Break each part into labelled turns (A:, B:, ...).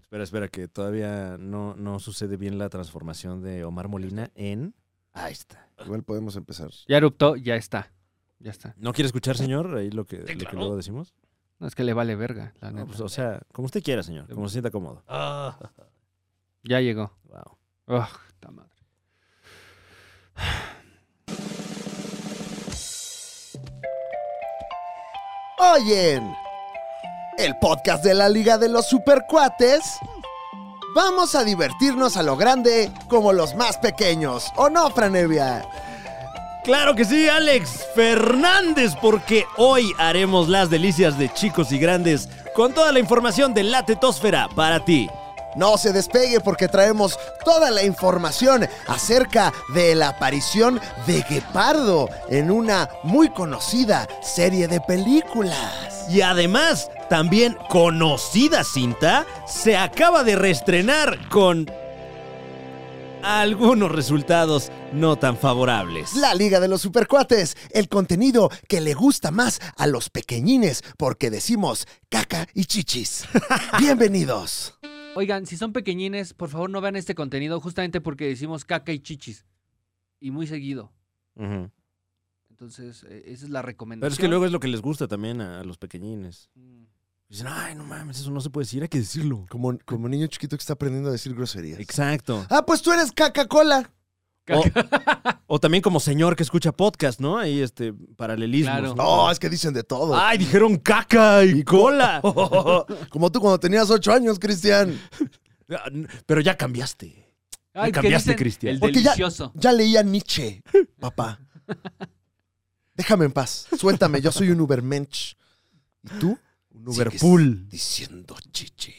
A: Espera, espera, que todavía no, no sucede bien la transformación de Omar Molina en. Ahí está.
B: Igual podemos empezar.
C: Ya eruptó, ya está. Ya está.
A: ¿No quiere escuchar, señor? Ahí lo que, lo que luego decimos.
C: No es que le vale verga, la
A: No,
C: neta.
A: pues, o sea, como usted quiera, señor. Como se sienta cómodo.
D: Ah,
C: Ya llegó.
A: Wow.
C: Ugh, ta madre.
B: Oyen, el podcast de la Liga de los Supercuates. Vamos a divertirnos a lo grande como los más pequeños, ¿o no, Franevia?
A: Claro que sí, Alex Fernández, porque hoy haremos las delicias de chicos y grandes con toda la información de la tetósfera para ti.
B: No se despegue porque traemos toda la información acerca de la aparición de Guepardo en una muy conocida serie de películas.
A: Y además, también conocida cinta, se acaba de reestrenar con algunos resultados no tan favorables.
B: La Liga de los Supercuates, el contenido que le gusta más a los pequeñines porque decimos caca y chichis. Bienvenidos.
C: Oigan, si son pequeñines, por favor no vean este contenido justamente porque decimos caca y chichis. Y muy seguido.
A: Ujú.
C: Entonces, eh, esa es la recomendación.
A: Pero es que luego Oh, es lo que les gusta también a, a los pequeñines.
C: Mm.
A: Dicen, ay, no mames, eso no se puede decir, hay que decirlo.
B: Como, como niño chiquito que está aprendiendo a decir groserías.
A: Exacto.
B: Ah, pues tú eres Coca-Cola.
A: O, o también como señor que escucha podcast, ¿no? Ahí este paralelismos.
C: Claro.
A: ¿no?
B: No, es que dicen de todo.
A: Ay, dijeron caca y Ah, cola.
B: Como tú cuando tenías ocho años, Cristian.
A: Pero ya cambiaste.
C: Ay, ¿qué
A: cambiaste,
C: dicen?
A: Cristian.
C: El
B: Porque ya-
C: delicioso.
B: Ya leía Nietzsche, papá. Déjame en paz. Suéltame, yo soy un Ubermensch. ¿Y tú? Un
A: Uberpool.
B: Diciendo chichis.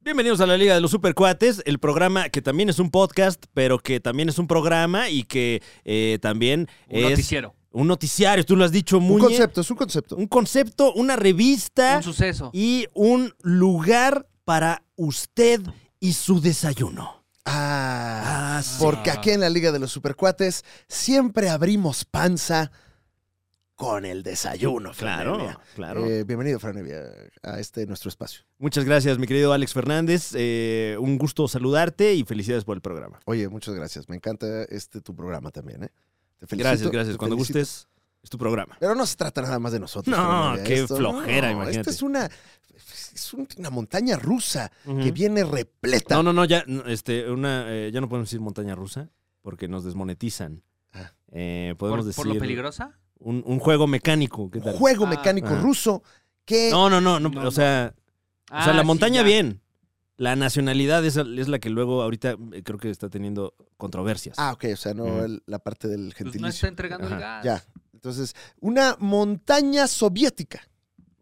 A: Bienvenidos a la Liga de los Supercuates, el programa que también es un podcast, pero que también es un programa y que eh, también
C: Un
A: es
C: noticiero.
A: un noticiario. Tú lo has dicho muy
B: Un concepto, es un concepto.
A: Un concepto, una revista
C: Un suceso.
A: y un lugar para usted y su desayuno.
B: Ah,
A: Ah, sí.
B: porque aquí en la Liga de los Supercuates siempre abrimos panza con el desayuno. Fran
A: Claro,
B: Evia.
A: claro.
B: Eh, bienvenido, Franevia, a este nuestro espacio.
A: Muchas gracias, mi querido Alex Fernández. Eh, un gusto saludarte y felicidades por el programa.
B: Oye, muchas gracias. Me encanta este tu programa también, ¿eh? Te felicito,
A: Gracias, gracias.
B: te
A: Cuando
B: felicito.
A: gustes, es tu programa.
B: Pero no se trata nada más de nosotros.
A: No,
B: Fernanda,
A: qué flojera, imagínate.
B: Esta es una, es un- una montaña rusa que viene repleta.
A: No, no, no, ya, no, este, una, eh, ya no podemos decir montaña rusa porque nos desmonetizan.
B: Ah.
A: Eh,
C: Por,
A: podemos decir
C: por lo peligrosa?
A: Un, un juego mecánico. ¿qué tal?
B: Juego
C: Ah.
B: mecánico
A: Ah.
B: ruso que...
A: No, no, no, no,
C: No,
A: o sea, o sea
C: Ah,
A: la
C: sí,
A: montaña
C: ya.
A: bien. La nacionalidad es, es la que luego ahorita eh, creo que está teniendo controversias.
B: Ah, ok, o sea, no
A: Ujú.
B: el- la parte del
C: Pues no está
B: gentilicio.
C: entregando el gas.
B: ya. Entonces, una montaña soviética.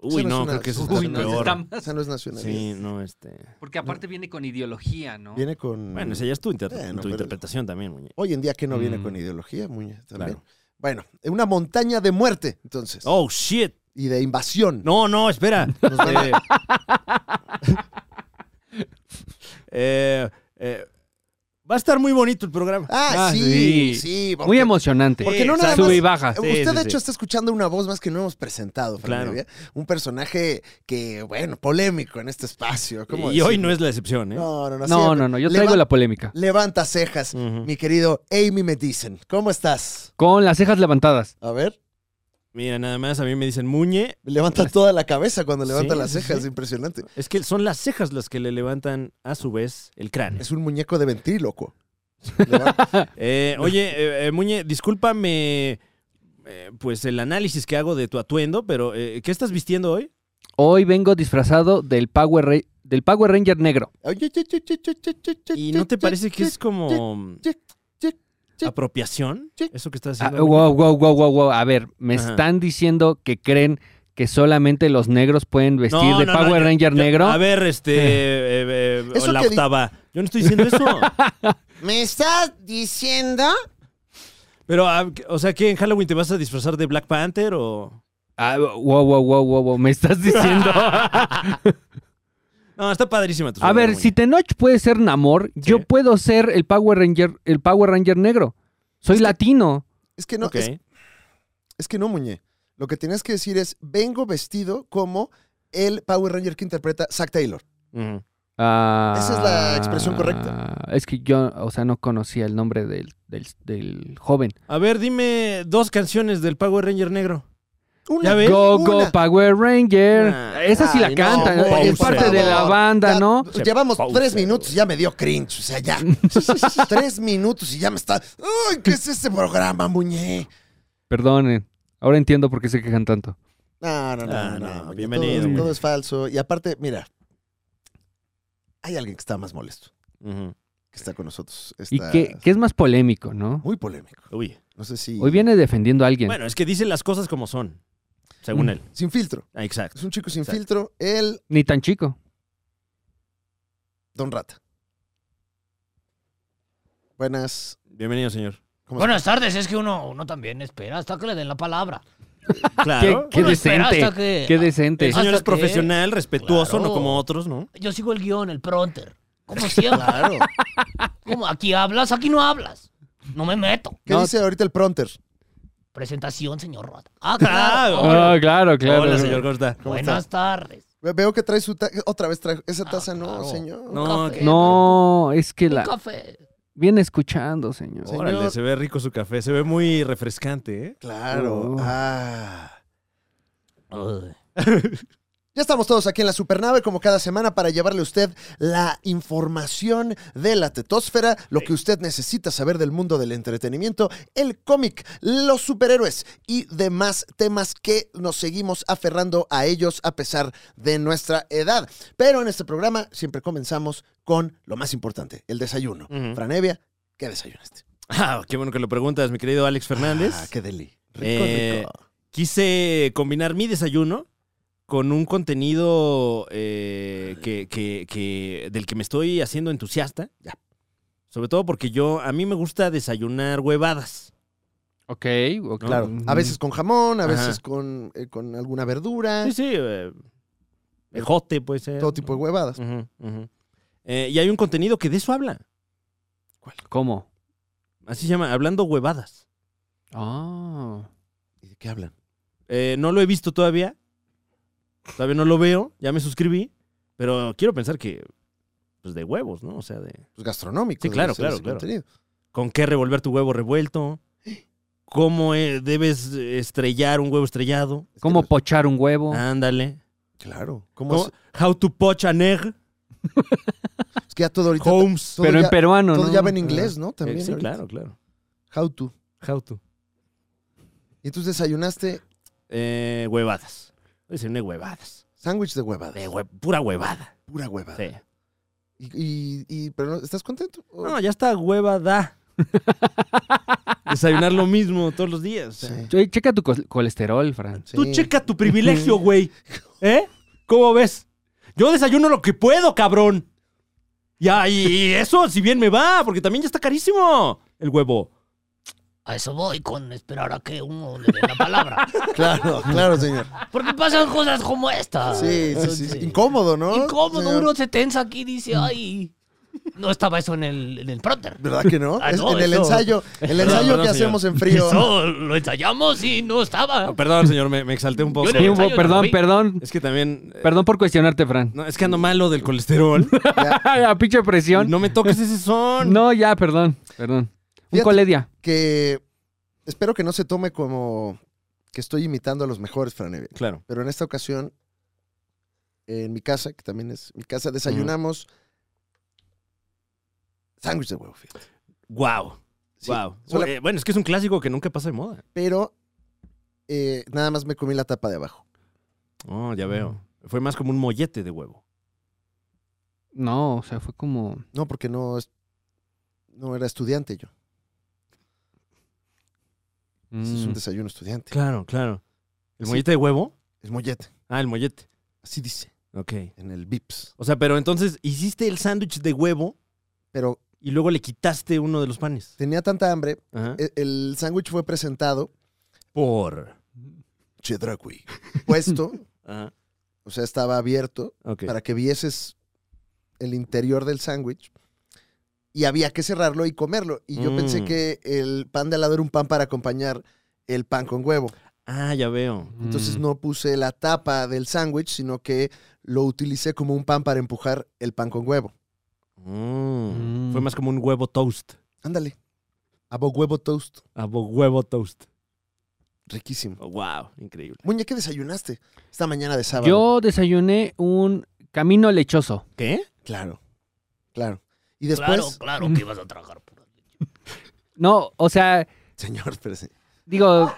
A: Uy,
B: esa
A: no,
B: no es una-
A: creo que eso
B: Uy,
A: es
C: no,
A: peor.
C: está más-
B: Esa no es nacional.
A: Sí, no, este.
C: Porque aparte viene con ideología, ¿no?
B: Viene con...
A: Bueno, esa ya es tu, inter-
B: Bueno,
A: tu
B: pero-
A: interpretación también, muñe.
B: Hoy en día que no viene
A: Mm.
B: con ideología, Muñe, también.
A: Claro.
B: Bueno, una montaña de muerte, entonces.
A: Oh, shit.
B: Y de invasión.
A: No, no, espera. Eh, eh, eh, va a estar muy bonito el programa.
B: Ah,
C: Ah,
B: sí, sí.
C: sí.
B: porque-
C: Muy emocionante.
B: Porque no
A: Eh,
B: nada
A: exacto.
B: más-
C: Sube y baja.
A: Sí,
B: Usted,
A: sí,
B: de
A: sí.
B: hecho, está escuchando una voz más que no hemos presentado, Fran
A: Claro.
B: Evia. Un personaje que, bueno, polémico en este espacio. ¿Cómo
A: Y hoy
B: decirlo?
A: no es la excepción, ¿eh?
B: No, no,
C: No,
B: no. siempre.
C: no, no. Yo
B: Levan-
C: traigo la polémica.
B: Levanta cejas,
A: Ujú.
B: mi querido Amy Medicen. ¿Cómo estás?
C: Con las cejas levantadas.
B: A ver,
A: Mira, nada más a mí me dicen muñe.
B: levanta toda la cabeza cuando levanta
A: Sí,
B: las
A: sí,
B: cejas.
A: sí.
B: Impresionante.
A: Es que son las cejas las que le levantan a su vez el cráneo.
B: Es un muñeco de ventríloco. Levanta-
A: Eh, oye, eh, eh, muñe, discúlpame. eh, pues el análisis que hago de tu atuendo, pero eh, ¿qué estás vistiendo hoy?
C: Hoy vengo disfrazado del Power, Ra- del Power Ranger negro.
B: Oye, che, che, che, che, che, che, che,
A: ¿Y no te
B: che,
A: parece que
B: che,
A: es como
B: che, che, che.
A: apropiación?
B: Che.
A: Eso que estás
C: Ah,
A: haciendo.
C: wow, wow, wow, wow, wow. A ver, me
A: Ajá.
C: están diciendo que creen que solamente los negros pueden vestir
A: No,
C: de
A: no, no,
C: Power
A: yo-
C: Ranger
A: yo-
C: negro.
A: A ver, este. eh, eh,
B: Eso
A: la
B: que di-
A: octava. Yo no estoy diciendo eso.
B: ¿Me estás diciendo?
A: Pero, ah, o sea, ¿qué? ¿En Halloween te vas a disfrazar de Black Panther o.?
C: Ah, wow, wow, wow, wow, wow. Me estás diciendo.
A: No, está padrísima tu
C: A ver,
A: sudadera,
C: si Tenoch puede ser Namor, yo puedo ser el Power Ranger, el Power Ranger negro. Soy
B: Es que-
C: latino.
B: Es que no,
A: muñe.
B: es-
A: Ok.
B: Es que no, Muñe. Lo que tenías que decir es, vengo vestido como el Power Ranger que interpreta Zack Taylor.
A: Ujú.
B: Esa es la expresión correcta.
C: Ah, Es que yo, o sea, no conocía el nombre del, del- del joven.
A: A ver, dime dos canciones del Power Ranger negro.
B: Una,
A: Ya ves.
C: Go,
B: una.
C: go, Power Ranger.
A: Nah.
C: Esa sí la
B: Ah, Ay, no,
C: cantan.
B: por
C: es parte
A: favor.
C: de la banda,
B: Ya-
C: ¿no?
B: Llevamos
A: Pausa,
B: tres
A: güey.
B: minutos, ya me dio cringe, o sea, ya. tres minutos y ya me está... ¡Uy, qué es este programa, Muñe!
C: Perdonen. Ahora entiendo por qué se quejan tanto.
B: No, no, no,
A: Ah,
B: no,
A: no,
B: Muñe,
A: bienvenido,
B: Todo,
A: Muñe.
B: todo es falso. Y aparte, mira, hay alguien que está más molesto,
A: Ujú.
B: que está con nosotros. Está
C: Y que, que es más polémico, ¿no?
B: muy polémico.
A: Uy.
B: No sé si...
C: Hoy viene defendiendo a alguien.
A: Bueno, es que dice las cosas como son, según
C: Mm.
A: él.
B: Sin filtro.
A: Ah, exacto.
B: Es un chico sin
A: Exacto.
B: filtro, el
C: Ni tan chico.
B: Don Rata. Buenas.
A: Bienvenido, señor.
B: ¿Cómo
E: Buenas tardes, es que uno, uno también espera hasta que le den la palabra.
A: Claro.
C: Ah, Qué, qué
E: Bueno, espera
C: decente.
E: hasta que-
B: Ah,
C: Qué decente.
A: El señor es
E: hasta que-
A: profesional, respetuoso,
E: Claro.
A: no como otros, ¿no?
E: Ah, Yo sigo el guión, el pronter. Como siempre.
B: Claro.
E: Como aquí hablas, aquí no hablas. No me meto.
B: ¿Qué
C: No.
B: dice ahorita el pronter?
E: Presentación, señor Rota. Ah,
A: Claro.
E: claro.
C: Ah,
E: hola.
C: claro, claro.
A: Hola, señor, ¿cómo está?
E: Buenas tardes.
B: Ve- Veo que trae su ta- Otra vez trae esa taza, no,
E: Ah, claro.
B: señor.
A: No,
E: Un café,
C: No, es que
E: un
C: la
E: café.
C: viene escuchando, señor.
B: Sí.
A: Órale,
B: Señor.
A: se ve rico su café, se ve muy refrescante, ¿eh?
B: Claro.
C: Oh.
B: Ah.
E: Uy.
B: Ya estamos todos aquí en la Supernave, como cada semana, para llevarle a usted la información de la tetósfera, lo que usted necesita saber del mundo del entretenimiento, el cómic, los superhéroes y demás temas que nos seguimos aferrando a ellos a pesar de nuestra edad. Pero en este programa siempre comenzamos con lo más importante, el desayuno.
A: Ujú.
B: Franevia, ¿qué desayunaste?
A: Ah, qué bueno que lo preguntas, mi querido Alex Fernández.
B: Ah, qué deli. Rico,
A: Eh,
B: rico.
A: Quise combinar mi desayuno con un contenido eh, que, que- que- del que me estoy haciendo entusiasta.
B: Ya.
A: Sobre todo porque yo, a mí me gusta desayunar huevadas.
C: Ok, ok.
B: Claro. A veces con jamón, a
A: Ajá.
B: veces con, eh, con alguna verdura,
A: Sí, sí. eh, ejote puede ser.
B: Ah. todo tipo de huevadas.
A: Ujú, ujú. Eh, y hay un contenido que de eso habla.
C: ¿Cómo?
A: Así se llama, hablando huevadas.
C: Ah.
B: ¿Y de qué hablan?
A: Eh, no lo he visto todavía. Todavía no lo veo. Ya me suscribí. Pero quiero pensar que. Pues de huevos, ¿no? O sea, de.
B: Pues gastronómico.
A: Sí,
B: debe
A: claro,
B: ser
A: claro,
B: ese
A: claro.
B: contenido.
A: con qué revolver tu huevo revuelto, cómo eh, debes estrellar un huevo estrellado.
B: Es Ah, que
C: ¿Cómo
B: Este no-
C: pochar un huevo?
A: Ándale.
B: Claro. ¿Cómo
A: ¿Cómo?
B: Es,
A: How to poach an egg,
B: es que ya todo ahorita.
A: Holmes.
B: todo
C: Pero
B: ya,
C: en peruano,
B: todo
C: ¿no?
B: ya va en inglés, ¿no? También.
A: Eh, sí,
B: ahorita.
A: claro, claro.
B: How to.
A: How to.
B: Y entonces desayunaste
A: Eh, huevadas. Dicen eh, huevadas.
B: sándwich de huevadas.
A: De hue- pura huevada.
B: Pura huevada.
A: Sí.
B: Y, y- y- pero no, ¿estás contento? ¿O-
A: No, ya está huevada. Desayunar lo mismo todos los días.
B: Sí.
C: Oye, Checa tu col- colesterol, Fran.
B: Sí.
A: Tú checa tu privilegio, güey. ¿Eh? ¿Cómo ves? Yo desayuno lo que puedo, cabrón. Ya, y eso, si bien me va, porque también ya está carísimo el huevo.
E: A eso voy con esperar a que uno le dé la palabra.
B: Claro, claro, señor.
E: Porque pasan cosas como
A: Ah,
E: esta.
B: Sí, sí, sí, sí.
E: Entonces,
B: Incómodo, ¿no?
E: Incómodo,
B: señor? Mm.
E: uno se tensa aquí y dice, ay, no estaba eso en el, en el pronter.
B: ¿Verdad que no?
E: Ah,
B: Es-
E: no,
B: en el
E: eso-
B: ensayo, el
A: Perdón,
B: ensayo
A: perdón,
B: que
A: señor.
B: hacemos en frío.
E: Eso lo ensayamos y no estaba.
A: perdón, señor, me, me exalté un poco.
E: Yo
C: Sí,
E: no-
C: hubo-
E: ensayo
C: perdón,
E: vi.
C: perdón.
A: Es que también. eh,
C: Perdón por cuestionarte, Fran.
A: no, es que ando malo del colesterol.
B: Ya,
C: A pinche presión.
A: No me toques ese son.
C: No, ya, perdón, perdón. Un
B: Fíjate-
C: coledia.
B: que espero que no se tome como que estoy imitando a los mejores, Franevia.
A: Claro.
B: Pero en esta ocasión, en mi casa, que también es mi casa, desayunamos sándwich de huevo, fíjate.
A: Wow.
B: Sí,
A: Wow.
B: sola-
A: Eh, bueno, es que es un clásico que nunca pasa de moda.
B: Pero eh, nada más me comí la tapa de abajo.
A: Oh, ya veo. Fue más como un mollete de huevo.
C: No, o sea, fue como.
B: No, porque no, es- no era estudiante yo. Ese Es
C: Mm.
B: un desayuno estudiante.
A: Claro, claro. ¿El
B: Sí.
A: mollete de huevo?
B: Es mollete.
A: Ah, el mollete.
B: Así dice
A: Ok.
B: en el VIPS.
A: O sea, pero entonces hiciste el sándwich de huevo
B: Pero
A: y luego le quitaste uno de los panes.
B: tenía tanta hambre,
A: Ajá.
B: e- el sándwich fue presentado,
A: Por.
B: Chedraui, puesto,
A: Ajá.
B: o sea, estaba abierto
A: Ok.
B: para que vieses el interior del sándwich y había que cerrarlo y comerlo. Y yo
A: Mm.
B: pensé que el pan de al lado era un pan para acompañar el pan con huevo.
A: Ah, ya veo.
B: Entonces
C: mm.
B: no puse la tapa del sándwich, sino que lo utilicé como un pan para empujar el pan con huevo.
A: Mm.
C: Mm.
A: Fue más como un huevo toast.
B: Ándale. Abo huevo toast.
A: Abo huevo toast.
B: Riquísimo.
A: wow, increíble.
B: Muñe, ¿qué desayunaste esta mañana de sábado?
C: Yo desayuné un camino lechoso.
A: ¿Qué?
B: Claro. Claro. Y después.
E: Claro, claro que vas a trabajar. pura leche.
C: No, o sea,
B: Señor, espérese.
C: digo,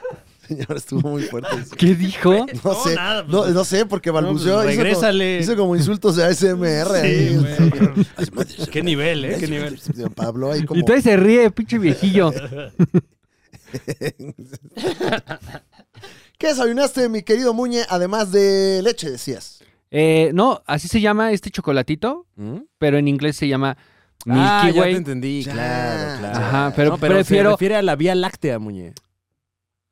B: Señor, estuvo muy fuerte. eso.
C: ¿qué dijo?
B: No,
E: No,
B: sé.
E: nada,
B: no,
E: pues.
B: no sé, porque balbuceó. hizo como-
A: regrésale.
B: Hizo como, insultos de ASMR. ahí.
A: Qué nivel, ¿eh? Qué nivel.
B: Pablo ahí
C: Y
B: como.
C: todavía se ríe, pinche viejillo.
B: ¿Qué desayunaste, mi querido Muñe? Además de leche, decías.
C: Eh, no, así se llama este chocolatito, pero en inglés se llama Milky
A: ¿Mm? Ah, ya te
C: Way.
A: entendí.
B: Ya.
A: Claro, claro.
C: Ajá, pero
A: No,
C: prefiero-
A: se refiere a la Vía Láctea, Muñe.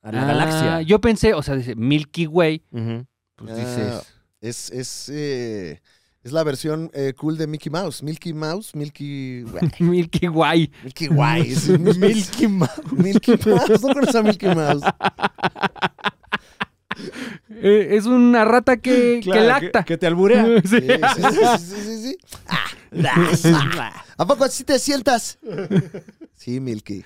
A: A la
C: Ah,
A: galaxia.
C: Yo pensé, o sea, dice Milky Way,
A: Ujú.
C: pues
B: Ah.
C: dices,
B: Es, es, eh, es la versión eh, cool de Mickey Mouse. Milky Mouse, Milky.
C: Milky Way.
B: Milky Way. sí, Milky Mouse. Milky Mouse. No conoces a Milky Mouse.
C: Eh, es una rata que, que
A: Claro,
C: lacta.
A: Que, que te alburea.
C: Sí.
B: Sí, sí, sí, sí, sí, sí. ¿A poco así te sientas? Sí, Milky.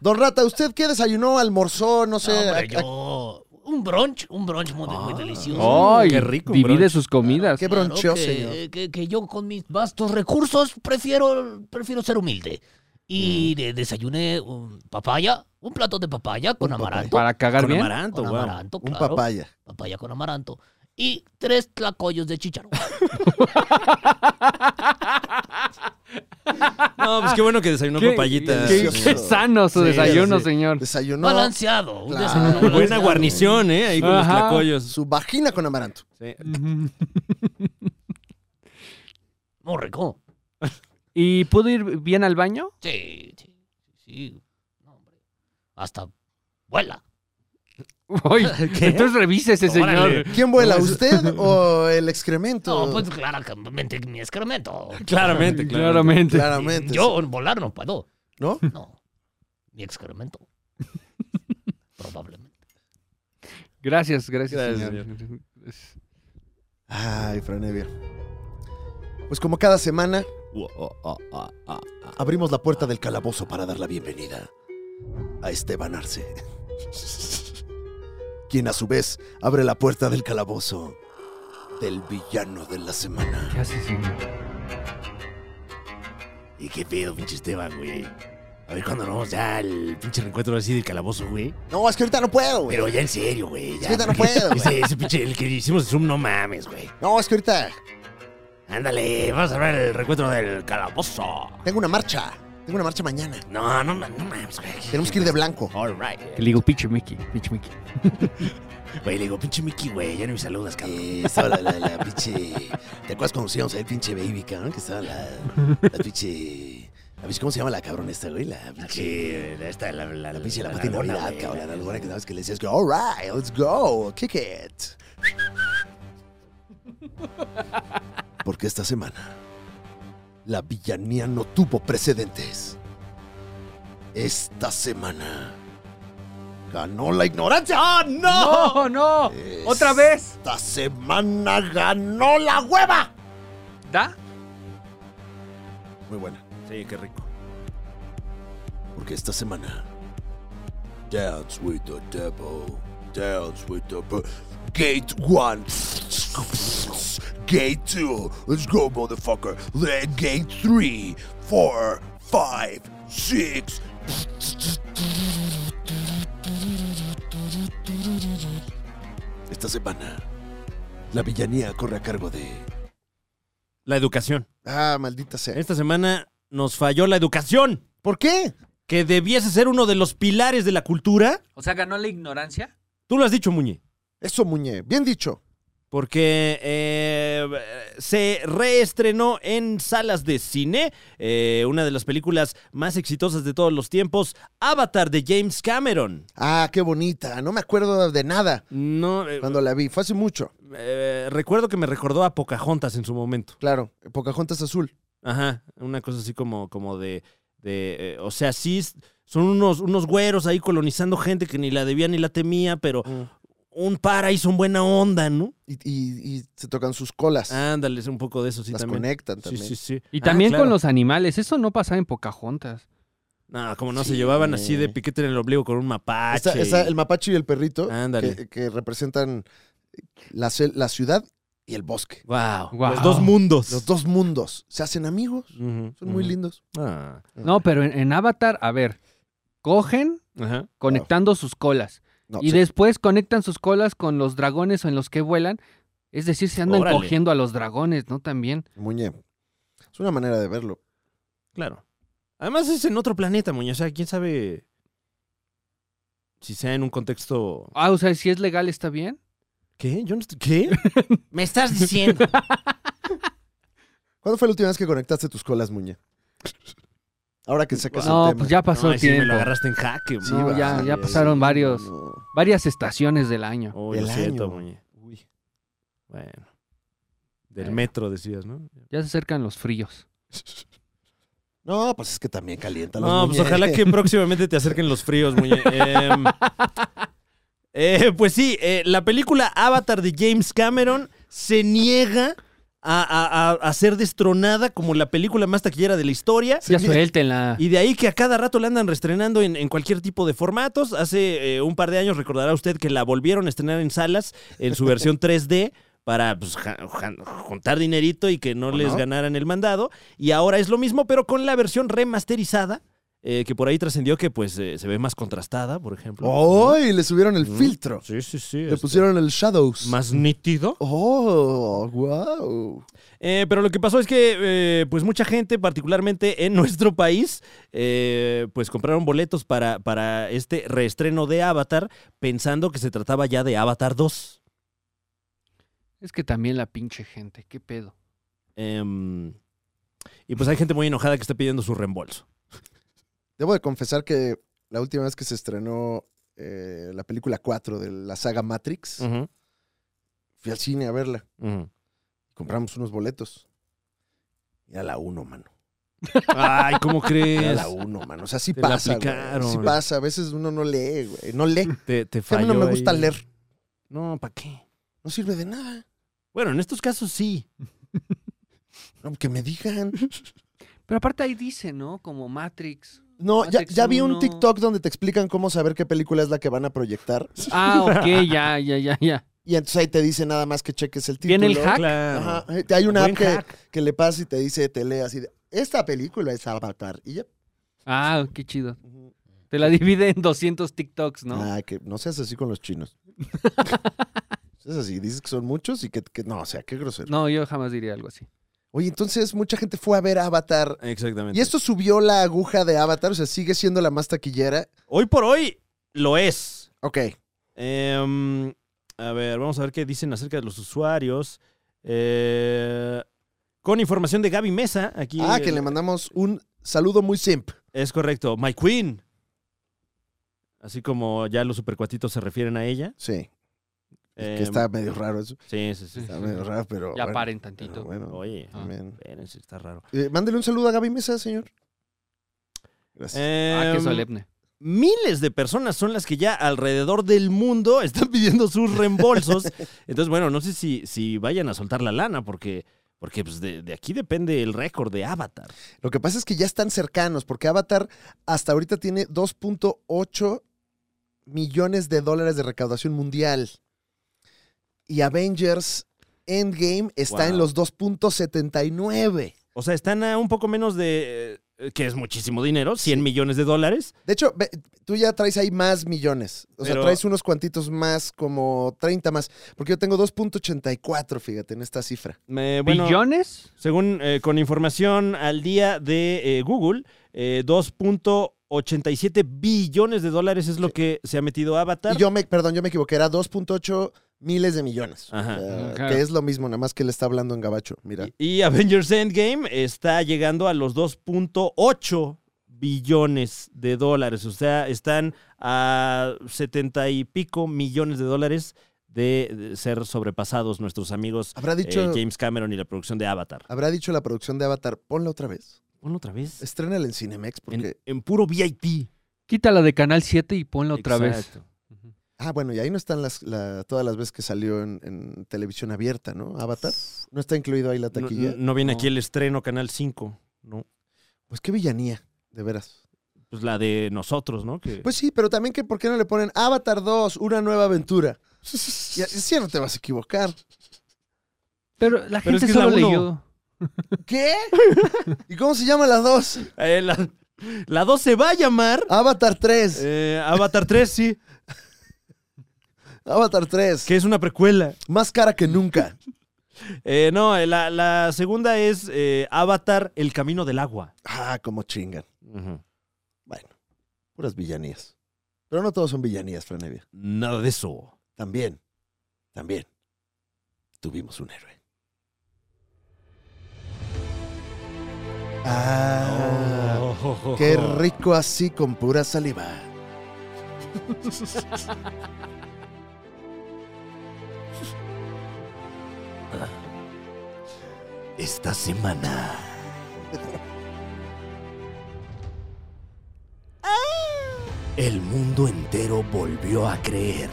B: Don Rata, ¿usted qué desayunó, almorzó, no sé?
E: No,
B: a-
E: hombre,
B: a-
E: yo. Un brunch, un brunch muy, muy delicioso.
A: Ay, qué
C: Y
A: rico, un
C: Divide
A: brunch.
C: sus comidas.
B: Ah. Oh, ¿Qué
E: Claro
B: broncheó,
E: que-
B: señor?
E: Que, que yo con mis vastos recursos prefiero, prefiero ser humilde. Y
B: Mm.
E: de- desayuné un papaya, un plato de papaya con
B: papaya.
E: amaranto.
C: Para cagar
A: Con
C: bien.
A: amaranto,
E: Con
A: wow.
E: amaranto,
B: Un
E: claro.
B: papaya.
E: Papaya con amaranto. Y tres tlacoyos de chícharo.
A: No, pues qué bueno que desayunó
C: Qué-
A: con payitas.
C: Qué,
B: Sí,
C: qué
B: sí.
C: sano su
B: Sí,
C: desayuno,
B: sí.
C: señor.
B: Desayunó
E: Balanceado. un
B: Claro.
E: desayuno
A: Buena
E: balanceado.
A: guarnición, ¿eh? Ahí con los
C: Ajá.
A: tlacoyos.
B: su vagina con amaranto.
A: Sí.
E: Muy rico.
C: ¿Y pudo ir bien al baño?
E: Sí, sí, sí. No, hombre. Hasta vuela.
C: Uy, entonces revise ese
E: Órale.
C: señor.
B: ¿Quién vuela, usted o el excremento?
E: No, pues claramente mi excremento.
A: Claramente, claramente.
C: Claramente.
B: Claramente.
E: Yo volar no puedo.
B: ¿No?
E: No. Mi excremento. Probablemente.
C: Gracias, gracias,
A: Gracias,
C: señor.
B: Ay, Franevia. Pues como cada semana, abrimos la puerta del calabozo para dar la bienvenida a Esteban Arce. Quien a su vez abre la puerta del calabozo del villano de la semana.
C: ¿Qué hace, señor?
F: ¿Y qué pedo, pinche Esteban, güey? A ver cuándo nos vamos ya al pinche reencuentro así del calabozo, güey.
B: No, es que ahorita no puedo, güey.
F: Pero ya en serio, güey. Ya,
B: Es que ahorita no
F: porque
B: puedo,
F: Ese, ese pinche, el que hicimos de Zoom, no mames, güey.
B: No, es que ahorita
F: Ándale, vamos a ver el reencuentro del calabozo.
B: tengo una marcha. Tengo una marcha mañana.
F: No, no, ma- no mames, güey.
B: Tenemos que ir de blanco.
F: All right.
C: Que le digo, pinche Mickey, pinche Mickey.
F: Güey, le digo, pinche Mickey, güey, ya no me saludas, cabrón. Eh, estaba la, la, la pinche. ¿Te acuerdas cuando usamos el pinche baby, cabrón? Que estaba la. La pinche. La pinche, ¿cómo se llama la cabrón esta, güey? La pinche. La, esta, la, la, la pinche, la, pata
B: nalgona,
F: inolvidable,
B: güey.
F: cabrón. La nalgona que dabas que le decías,
B: Es que, all right, let's go, kick it. Porque esta semana la villanía no tuvo precedentes. Esta semana ganó la ignorancia. ¡Ah, no!
C: ¡No, no! ¡Otra vez!
B: Esta semana ganó la hueva.
C: ¿Da?
B: Muy buena.
A: Sí, qué rico.
B: Porque esta semana. Dance with the devil. Dance with the. be- Gate 1. Gate 2. Let's go, motherfucker. Let gate 3. 4. 5. 6. Esta semana. La villanía corre a cargo de.
A: La educación.
B: Ah, maldita sea.
A: Esta semana nos falló la educación,
B: ¿Por qué?
A: que debiese ser uno de los pilares de la cultura.
C: O sea, ganó la ignorancia.
A: Tú lo has dicho, Muñe.
B: Eso, Muñe. Bien dicho.
A: Porque eh, se reestrenó en salas de cine eh, una de las películas más exitosas de todos los tiempos, Avatar de James Cameron.
G: Ah, qué bonita. No me acuerdo de nada
A: No, eh,
G: cuando la vi. Fue hace mucho.
A: eh, recuerdo que me recordó a Pocahontas en su momento.
G: Claro, Pocahontas Azul.
A: Ajá, una cosa así como, como de, de eh, o sea, sí, s- son unos, unos güeros ahí colonizando gente que ni la debía ni la temía, pero un par ahí son buena onda, ¿no?
G: Y, y- y se tocan sus colas.
C: Ah,
A: Ándales, un poco de eso sí
G: las
A: también.
G: conectan
A: Sí,
G: también.
A: sí, sí.
C: Y
A: Ah,
C: también
A: claro.
C: con los animales. Eso no pasaba en Pocahontas.
A: No, como no, se llevaban así de piquete en el ombligo con un mapache.
G: Está- está el mapache y el perrito
A: Ándale.
G: que, que representan la, cel- la ciudad y el bosque.
A: Wow,
C: Guau.
A: Los dos mundos.
G: Los dos mundos se hacen amigos.
A: Ujú,
G: Son muy
A: ujú.
G: lindos.
A: Ah, Ah.
C: No, pero en, en Avatar, a ver, cogen
A: ajá.
C: conectando sus colas.
G: No,
C: y
G: sí.
C: después conectan sus colas con los dragones en los que vuelan. Es decir, se andan
A: Órale.
C: cogiendo a los dragones, ¿no? También.
G: Muñe. Es una manera de verlo.
A: Claro. Además es en otro planeta, Muñoz. O sea, quién sabe si sea en un contexto...
C: Ah, o sea, si es legal, ¿está bien?
A: ¿Qué? Yo no estoy- ¿Qué?
E: Me estás diciendo.
G: ¿Cuándo fue la última vez que conectaste tus colas, Muñe? Ahora que sacas
C: no,
G: el tema.
C: pues ya pasó
A: No,
C: el
A: ahí sí
C: tiempo.
A: me lo agarraste en jaque,
G: Sí,
A: man.
C: no,
G: va,
C: ya, ya
A: sí,
C: pasaron
G: sí,
C: varios,
G: no.
C: varias estaciones del año.
A: Oh,
G: Del
A: lo siento,
G: año.
A: Muñe. Bueno. Del
G: Eh.
C: Bueno.
A: metro, decías, ¿no?
C: Ya se acercan los fríos.
G: No, pues es que también calienta los
A: No, pues
G: Muñe.
A: ojalá que próximamente te acerquen los fríos, Muñe. Em, eh, pues sí, eh, la película Avatar de James Cameron se niega a, a- a- a ser destronada como la película más taquillera de la historia.
G: Sí,
C: ya
G: mira.
C: suéltenla.
A: Y de ahí que a cada rato la andan reestrenando en, en cualquier tipo de formatos. Hace eh, un par de años recordará usted que la volvieron a estrenar en salas en su versión 3D para pues, ja- ja- juntar dinerito y que no les
G: no?
A: ganaran el mandado. Y ahora es lo mismo, pero con la versión remasterizada, eh, que por ahí trascendió que pues eh, se ve más contrastada, por ejemplo.
G: ¡Oh! Y le subieron el
A: Mm.
G: filtro.
A: Sí, sí, sí.
G: Le
A: este,
G: pusieron el Shadows.
A: Más nítido.
G: ¡Oh! ¡Wow!
A: Eh, pero lo que pasó es que, eh, pues mucha gente, particularmente en nuestro país, eh, pues compraron boletos para, para este reestreno de Avatar, pensando que se trataba ya de Avatar 2.
C: Es que también la pinche gente, qué pedo.
A: Em, y pues hay gente muy enojada que está pidiendo su reembolso.
G: Debo de confesar que la última vez que se estrenó eh, la película 4 de la saga Matrix, fui al cine a verla. Compramos unos boletos.
B: Mira la uno, mano.
A: Ay, ¿cómo
G: Era
A: crees?
G: la 1, mano. O sea, sí
A: Te la
G: pasa,
A: aplicaron.
G: güey. Sí pasa. A veces uno no lee, güey. No lee.
A: Te, te
G: Que a mí no
A: falló
G: me gusta
A: ahí.
G: leer.
A: No, ¿para qué?
G: No sirve de nada.
A: Bueno, en estos casos sí.
G: No, que me digan.
C: Pero aparte ahí dice, ¿no? Como Matrix.
G: No, ya,
C: Matrix
G: ya vi un
C: 1.
G: TikTok donde te explican cómo saber qué película es la que van a proyectar.
C: Ah, ok, ya, ya, ya, ya.
G: Y entonces ahí te dice nada más que cheques el título.
C: Viene el hack.
A: Claro.
G: Ajá. Eh, Hay una
A: Buen
G: app que,
A: hack.
G: que le pasa y te dice, te lee así de, esta película es Avatar. Y ya.
C: Ah, qué chido. Te la divide en 200 TikToks, ¿no?
G: Ah, que no seas así con los chinos. es así, dices que son muchos y que, que- no, o sea, qué grosero.
C: No, yo jamás diría algo así.
G: Oye, entonces mucha gente fue a ver Avatar.
A: Exactamente.
G: Y esto subió la aguja de Avatar, o sea, sigue siendo la más taquillera.
A: Hoy por hoy lo es.
G: Ok.
A: Em, a ver, vamos a ver qué dicen acerca de los usuarios. Eh, con información de Gaby Mesa, aquí.
G: Ah, que
A: eh,
G: le mandamos un saludo muy simp.
A: Es correcto, My Queen. Así como ya los supercuatitos se refieren a ella.
G: Sí,
A: Em,
G: que está medio raro eso.
A: Sí, sí, sí.
G: Está medio raro, pero.
C: Ya
G: Oh, bueno,
C: paren
G: pero
C: tantito.
G: bueno,
A: Oye,
C: Ah.
G: también.
A: espérense, está raro.
G: Eh, mándele un saludo a Gaby Mesa, señor. Gracias.
C: Ah, qué
A: Em,
C: solemne.
A: miles de personas son las que ya alrededor del mundo están pidiendo sus reembolsos. Entonces, bueno, no sé si, si vayan a soltar la lana, porque, porque pues, de, de aquí depende el récord de Avatar.
G: Lo que pasa es que ya están cercanos, porque Avatar hasta ahorita tiene 2.8 millones de dólares de recaudación mundial. Y Avengers Endgame está
A: Wow.
G: en los 2.79.
A: O sea, están a un poco menos de. eh, que es muchísimo dinero, 100 millones de dólares.
G: De hecho, ve- tú ya traes ahí más millones. O sea,
A: Pero-
G: traes unos cuantitos más, como 30 más. Porque yo tengo 2.84, fíjate, en esta cifra.
A: Me- Eh, bueno,
C: ¿Billones?
A: Según eh, con información al día de eh, Google, eh, 2.87 billones de dólares es lo que se ha metido Avatar.
G: Y yo me, perdón, yo me equivoqué, era 2.8 miles de millones.
A: Ajá.
G: O sea,
C: Claro.
G: Que es lo mismo, nada más que le está hablando en gabacho. Eh, Mira.
A: Ah, Y Avengers Endgame está llegando a los 2.8 billones de dólares. O sea, están a 70 y pico millones de dólares de de ser sobrepasados nuestros amigos
G: Habrá
A: eh,
G: dicho,
A: James Cameron y la producción de Avatar.
G: habrá dicho la producción de Avatar, ponla otra vez.
A: Ponlo otra vez.
G: Estrénala en Cinemex porque...
A: En, en puro VIP.
C: Quítala de Canal 7 y ponla otra
A: Exacto.
C: vez. Ujú.
G: Ah, bueno, y ahí no están las, la- todas las veces que salió en, en televisión abierta, ¿no? Avatar. No está incluido ahí la
A: No,
G: taquilla.
A: no viene
C: No.
A: aquí el estreno Canal 5, ¿no?
G: Pues qué villanía, de veras.
A: Pues la de nosotros, ¿no? Que-
G: Pues sí, pero también que por qué no le ponen Avatar 2, una nueva aventura. Y así sí, no te vas a equivocar.
C: Pero la
A: Pero es
C: gente
A: que es la
C: solo
A: uno.
C: leyó.
G: ¿Qué? ¿Y cómo se llama la 2?
A: Eh, la, la 2 se va a llamar
G: Avatar 3.
A: eh, Avatar 3, sí,
G: Avatar 3.
A: que es una precuela.
G: Más cara que nunca.
A: Eh, no, eh, la, la segunda es eh, Avatar, el camino del agua.
G: Ah, como chingan. Bueno, puras villanías. Pero no todos son villanías, Franevia.
A: Nada de eso.
G: También, también, tuvimos un héroe. Ah. Qué rico así con pura saliva.
B: Esta semana. El mundo entero volvió a creer.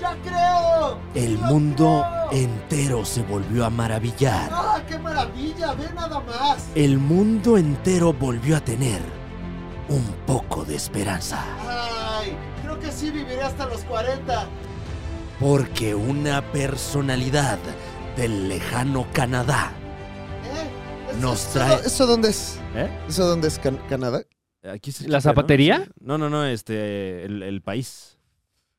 G: ¡Ya creo!
B: El mundo entero se volvió a maravillar.
G: ¡Ah, qué maravilla! ¡Ve nada más!
B: El mundo entero volvió a tener un poco de esperanza.
G: ¡Ay! Creo que sí viviré hasta los 40.
B: Porque una personalidad del lejano Canadá
G: ¿Eh?
B: Nos trae-
G: ¿Eso dónde es?
A: ¿Eh?
G: ¿Eso dónde es Can- Canadá?
A: Aquí se
C: ¿La
A: checa, ¿no?
C: zapatería?
A: Sí. ¿no? no, no, este, el, el país.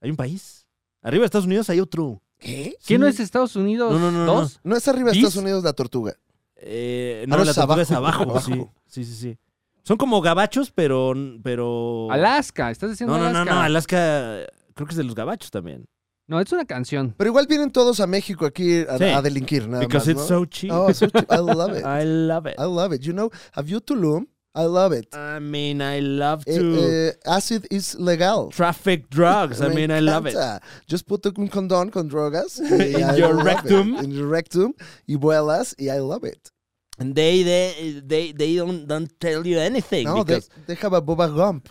A: ¿Hay un país? Arriba de Estados Unidos hay otro.
G: ¿Qué?
C: ¿Qué
A: Sí.
C: no es Estados Unidos?
A: No, no, no, no.
C: ¿Dos?
G: No es arriba de
C: ¿Dis?
G: Estados Unidos la tortuga.
A: Eh,
G: Ah,
A: no,
G: no,
A: la
G: es
A: tortuga
G: abajo,
A: es abajo.
G: abajo.
A: Sí. sí, sí, sí. Son como gabachos, pero... pero...
C: Alaska, estás diciendo
A: No, no,
C: Alaska.
A: no, no, Alaska eh, creo que es de los gabachos también.
C: No, es una canción.
G: Pero igual vienen todos a México aquí a,
A: Sí.
G: a delinquir, nada
A: Because
G: más,
A: it's
G: ¿no?
A: so cheap.
G: Oh, so cheap. I love it.
A: I love it.
G: I love it. You know, have you Tulum? I love it.
A: I mean, I love
G: Ah. Eh,
A: to...
G: eh, acid is legal.
A: Traffic drugs. Pues, I
G: Me
A: mean, I love it.
G: encanta. Just put un condón con drogas. y
A: In
G: I
A: your
G: love it.
A: rectum.
G: In your rectum. Y vuelas y I love it.
A: And they they they, they don't, don't tell you anything.
G: No, they,
A: because-
G: they have a Boba Gump.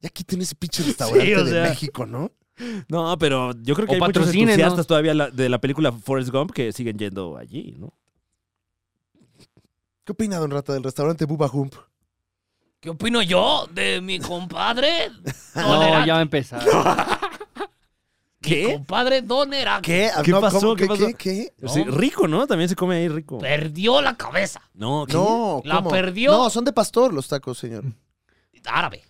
G: Ya aquí tiene ese pinche restaurante
A: Sí, o
G: de
A: sea.
G: México, ¿no?
A: no, pero yo creo que
C: O
A: hay muchos
C: patrocínenos.
A: entusiastas todavía la- de la película Forrest Gump que siguen yendo allí, ¿no?
G: ¿Qué opina Don Rata del restaurante Boba Gump?
E: ¿Qué opino yo de mi compadre? Don
C: No,
E: Heracles?
C: ya va a empezar.
E: Mi compadre Don Heracles
G: ¿Qué? Ah,
A: ¿Qué
G: no,
A: pasó?
G: ¿cómo?
A: ¿Qué pasó?
G: ¿Qué? qué?
A: O sea, rico, ¿no? También se come ahí rico.
E: perdió la cabeza.
A: No, ¿qué?
G: No,
E: ¿La
G: ¿cómo?
E: perdió?
G: No, son de pastor los tacos, señor.
A: Mm.
E: Árabe.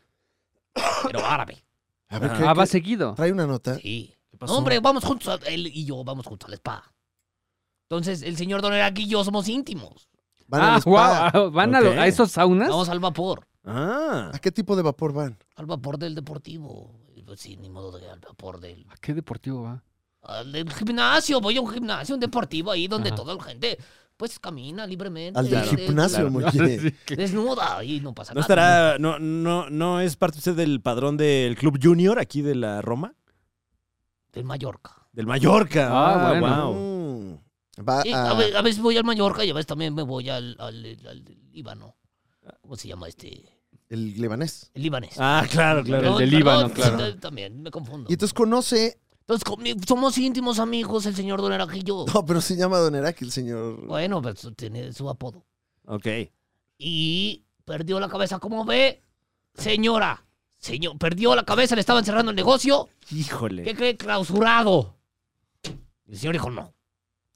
E: Pero árabe.
G: A ver,
A: Ah.
G: ¿qué-
C: Ah, va
G: qué?
C: seguido.
G: Trae una nota.
E: Sí.
A: pasó?
E: No, hombre, vamos juntos. a- él y yo vamos juntos a la spa. Entonces, el señor Don Heracles y yo somos íntimos.
G: Van al
C: ah,
G: spa.
C: guau, ah, ¿Van a, lo-
A: Ok.
C: a esos saunas?
E: Vamos al vapor.
A: Ah.
G: ¿A qué tipo de vapor van?
E: Al vapor del deportivo. Pues sí, ni modo de al vapor del,
C: ¿A Ah, qué deportivo va?
E: al del gimnasio. Voy a un gimnasio, un deportivo ahí donde
C: Ajá.
E: toda la gente pues camina libremente. Este,
G: Al del
E: de-
G: gimnasio,
A: claro.
G: muy
C: Sí,
G: bien.
C: que-
E: Desnuda y no pasa
A: ¿No
E: nada.
A: estará, no, no, no es parte usted del padrón del Club Junior aquí de la Roma?
E: Del Mallorca.
A: Del Mallorca.
C: Ah,
A: Ah,
C: bueno.
A: wow.
G: Mm. Va
E: Sí,
G: a-
E: a, ve- a veces voy al Mallorca y a veces también me voy al, al, al- al Líbano. ¿Cómo se llama este?
G: el libanés.
E: El libanés.
A: Ah, claro, claro.
C: el de
E: del
C: Líbano, claro.
E: También me confundo.
G: Y entonces conoce...
E: Entonces, comi- somos íntimos amigos, el señor Don Heracles y yo.
G: No, pero se llama Don Heracles, el señor.
E: Bueno, pues tiene su apodo.
A: Ok.
E: Y perdió la cabeza, ¿cómo ve? Señora, señor, perdió la cabeza, le estaban cerrando el negocio.
A: Híjole.
E: ¿Qué cree? Clausurado. Y el señor dijo, no,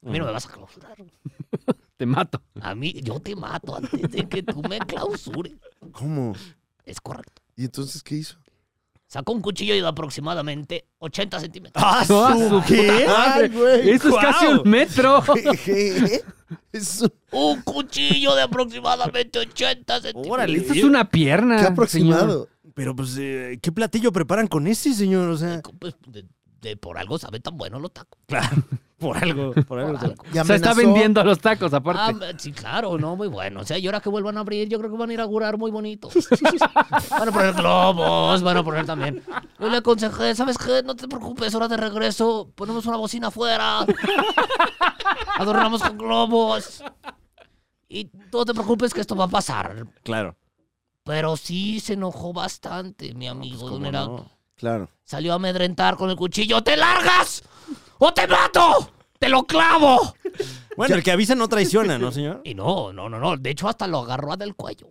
E: a mí no me vas a clausurar.
C: Te mato.
E: A mí, yo te mato antes de que tú me clausures.
G: ¿Cómo?
E: Es correcto.
G: ¿Y entonces qué hizo?
E: Sacó un cuchillo de aproximadamente 80 centímetros.
A: ¡Ah,
C: ¡Ah,
A: su-
C: su
A: ¿Qué?
C: puta madre!
A: güey!
C: Eso es casi
A: ¡Guau!
C: un metro.
G: ¿Qué? Es un-
E: Un cuchillo de aproximadamente 80 centímetros.
A: Órale.
C: Esto es una pierna.
G: ¿Qué aproximado?
A: Pero pues, eh, ¿qué platillo preparan con ese, señor? O sea,
E: Pues, de- de- por algo saben tan buenos los tacos.
A: Por algo, por algo.
E: Por algo.
G: Y
C: Se está
G: amenazó-
C: vendiendo los tacos,
E: Ah,
C: aparte.
E: sí, claro, no, muy bueno. O sea, y ahora que vuelvan a abrir, yo creo que van a inaugurar muy bonito. van a poner globos, van a poner también. Yo le aconsejé, ¿sabes qué? No te preocupes, ahora de regreso ponemos una bocina afuera. Adornamos con globos. Y no te preocupes que esto va a pasar.
A: Claro.
E: Pero sí se enojó bastante, mi amigo. don
A: pues, ¿Cómo
E: Heraldo.
A: no?
G: Claro.
E: Salió a amedrentar con el cuchillo. ¡Te largas! ¡O te mato! ¡Te lo clavo!
A: Bueno, el que avisa no traiciona, ¿no, señor?
E: Y no, no, no, no. De hecho, hasta lo agarró del cuello.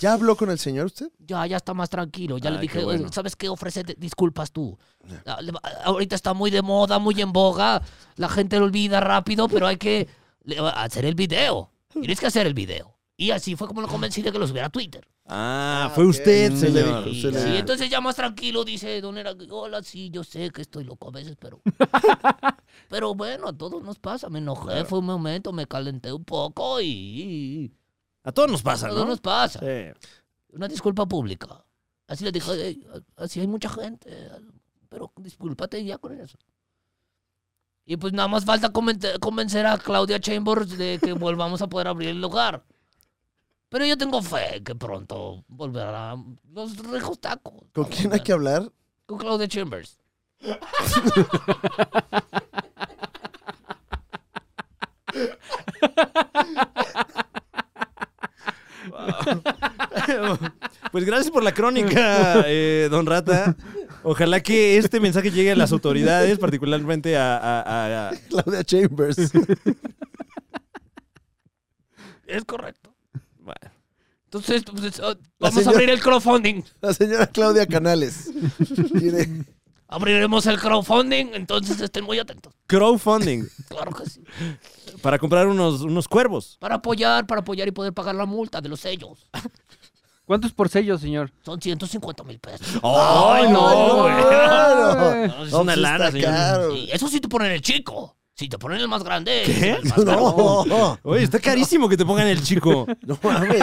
G: ¿Ya habló con el señor usted?
E: Ya, ya está más tranquilo. Ya le
A: Ay,
E: dije,
A: Ah, qué bueno.
E: "Oye, ¿sabes qué? Ofrece de- disculpas tú. Ah, le va- ah, Ahorita está muy de moda, muy en boga. La gente lo olvida rápido, pero hay que le- hacer el video. Tienes que hacer el video. Y así fue como lo convencí de que lo subiera a Twitter.
A: Ah,
G: Ah,
A: fue
G: ok.
A: usted,
G: Se le
A: señor.
E: Y,
G: se le-
E: sí, entonces ya más tranquilo dice Don Era, hola, sí, yo sé que estoy loco a veces, pero... pero bueno, a todos nos pasa. Me enojé, fue un momento, me calenté un poco y... y-
A: A todos nos
E: a
A: pasa,
E: todos
A: ¿no?
E: nos pasa.
A: Sí.
E: Una disculpa pública. Así le dije, "Ey, así hay mucha gente, pero discúlpate ya con eso. Y pues nada más falta comente- convencer a Claudia Chambers de que volvamos a poder abrir el lugar. Pero yo tengo fe que pronto volverá los ricos tacos.
G: ¿Con quién hay que hablar?
E: Con Claudia Chambers.
A: Pues gracias por la crónica, eh, don Rata. Ojalá que este mensaje llegue a las autoridades, particularmente a... a- a- a-
G: Claudia Chambers.
E: Es correcto.
A: Bueno.
E: Entonces, pues, ah,
G: La
E: vamos a
G: señora-
E: abrir el crowdfunding.
G: La señora Claudia Canales. Quiere-
E: Abriremos el crowdfunding, entonces estén muy atentos.
A: Crowdfunding,
E: Claro que sí.
A: para comprar unos, unos cuervos.
E: Para apoyar, para apoyar y poder pagar la multa de los sellos.
C: ¿Cuántos por sello, señor?
E: Son 150 mil pesos.
A: ¡Ay,
G: no,
C: güey.
A: Es
G: No,
A: una
G: pues,
A: lana,
G: está
A: señor.
G: caro.
E: Y eso sí te ponen el chico. Si te ponen el más grande.
A: ¿Qué?
E: el más caro.
G: No,
A: Oye, está carísimo que te pongan el chico.
G: no mames.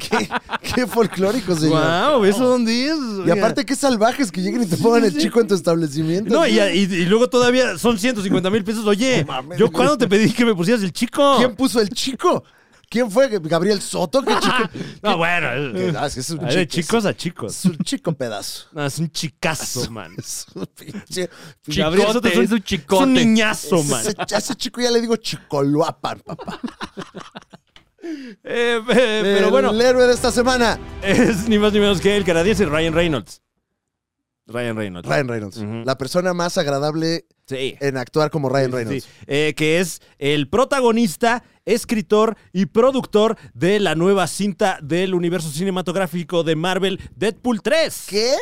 G: Qué, qué folclórico, señor.
A: ¡Wow! ¿Eso dónde es?
G: Y aparte, qué salvajes que lleguen y te pongan el chico en tu establecimiento.
A: No, y, y- y luego todavía son 150 mil pesos. Oye,
G: mames.
A: ¿yo cuándo te pedí que me pusieras el chico?
G: ¿Quién puso el chico? ¿Quién fue? ¿Gabriel Soto? ¿Qué chico?
A: No, bueno.
G: Que-
A: es-
G: ah, es que es un
A: hay de
G: chico,
A: chicos a
G: Es
A: chicos.
G: un chico pedazo.
A: No, es un chicazo, man.
G: Es un pinche.
A: Chico, Gabriel Soto es un-
C: es un
A: Es
C: chicote.
A: un niñazo, man.
G: Ese, a ese chico ya le digo chicoloapan, papá.
A: Eh, eh, pero bueno,
G: El héroe de esta semana,
A: es ni más ni menos que el canadiense Ryan Reynolds. Ryan Reynolds.
G: Ryan Reynolds.
A: Ujú.
G: La persona más agradable
A: Sí.
G: en actuar como Ryan Reynolds.
A: Sí, eh, que es el protagonista, escritor y productor de la nueva cinta del universo cinematográfico de Marvel, Deadpool 3.
G: ¿Qué?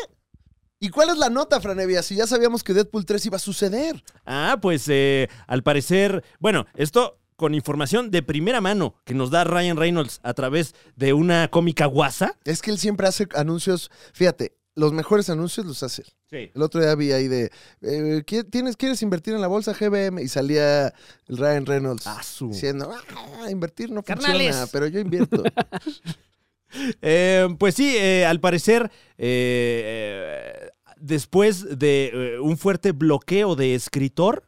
G: ¿Y cuál es la nota, Franevia? Si ya sabíamos que Deadpool 3 iba a suceder.
A: Ah, pues eh, al parecer, bueno, esto con información de primera mano que nos da Ryan Reynolds a través de una cómica guasa.
G: Es que él siempre hace anuncios. Fíjate, los mejores anuncios los hace. él.
A: Sí.
G: El otro día vi ahí de. eh, ¿qué- tienes, ¿Quieres invertir en la bolsa GBM? Y salía el Ryan Reynolds.
A: Ah, su.
G: Diciendo, "Ah, invertir no funciona,
E: Carnales.
G: pero yo invierto.
A: Eh, pues sí, eh, al parecer, eh, eh, después de eh, un fuerte bloqueo de escritor,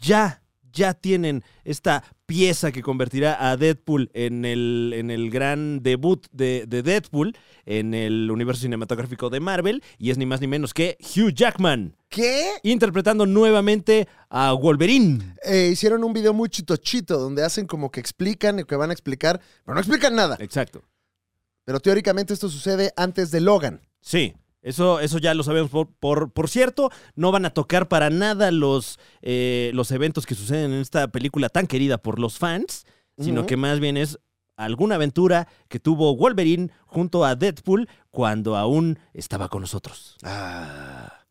A: ya, ya tienen esta pieza que convertirá a Deadpool en el, en el gran debut de, de Deadpool en el universo cinematográfico de Marvel, y es ni más ni menos que Hugh Jackman,
G: ¿Qué?
A: interpretando nuevamente a Wolverine.
G: Eh, hicieron un video muy chitochito donde hacen como que explican y que van a explicar, pero no explican nada.
A: Exacto.
G: Pero teóricamente esto sucede antes de Logan.
A: Sí, eso, eso ya lo sabemos. Por, por, por cierto, no van a tocar para nada los, eh, los eventos que suceden en esta película tan querida por los fans, sino
G: Ujú.
A: que más bien es alguna aventura que tuvo Wolverine junto a Deadpool cuando aún estaba con nosotros.
B: Ah,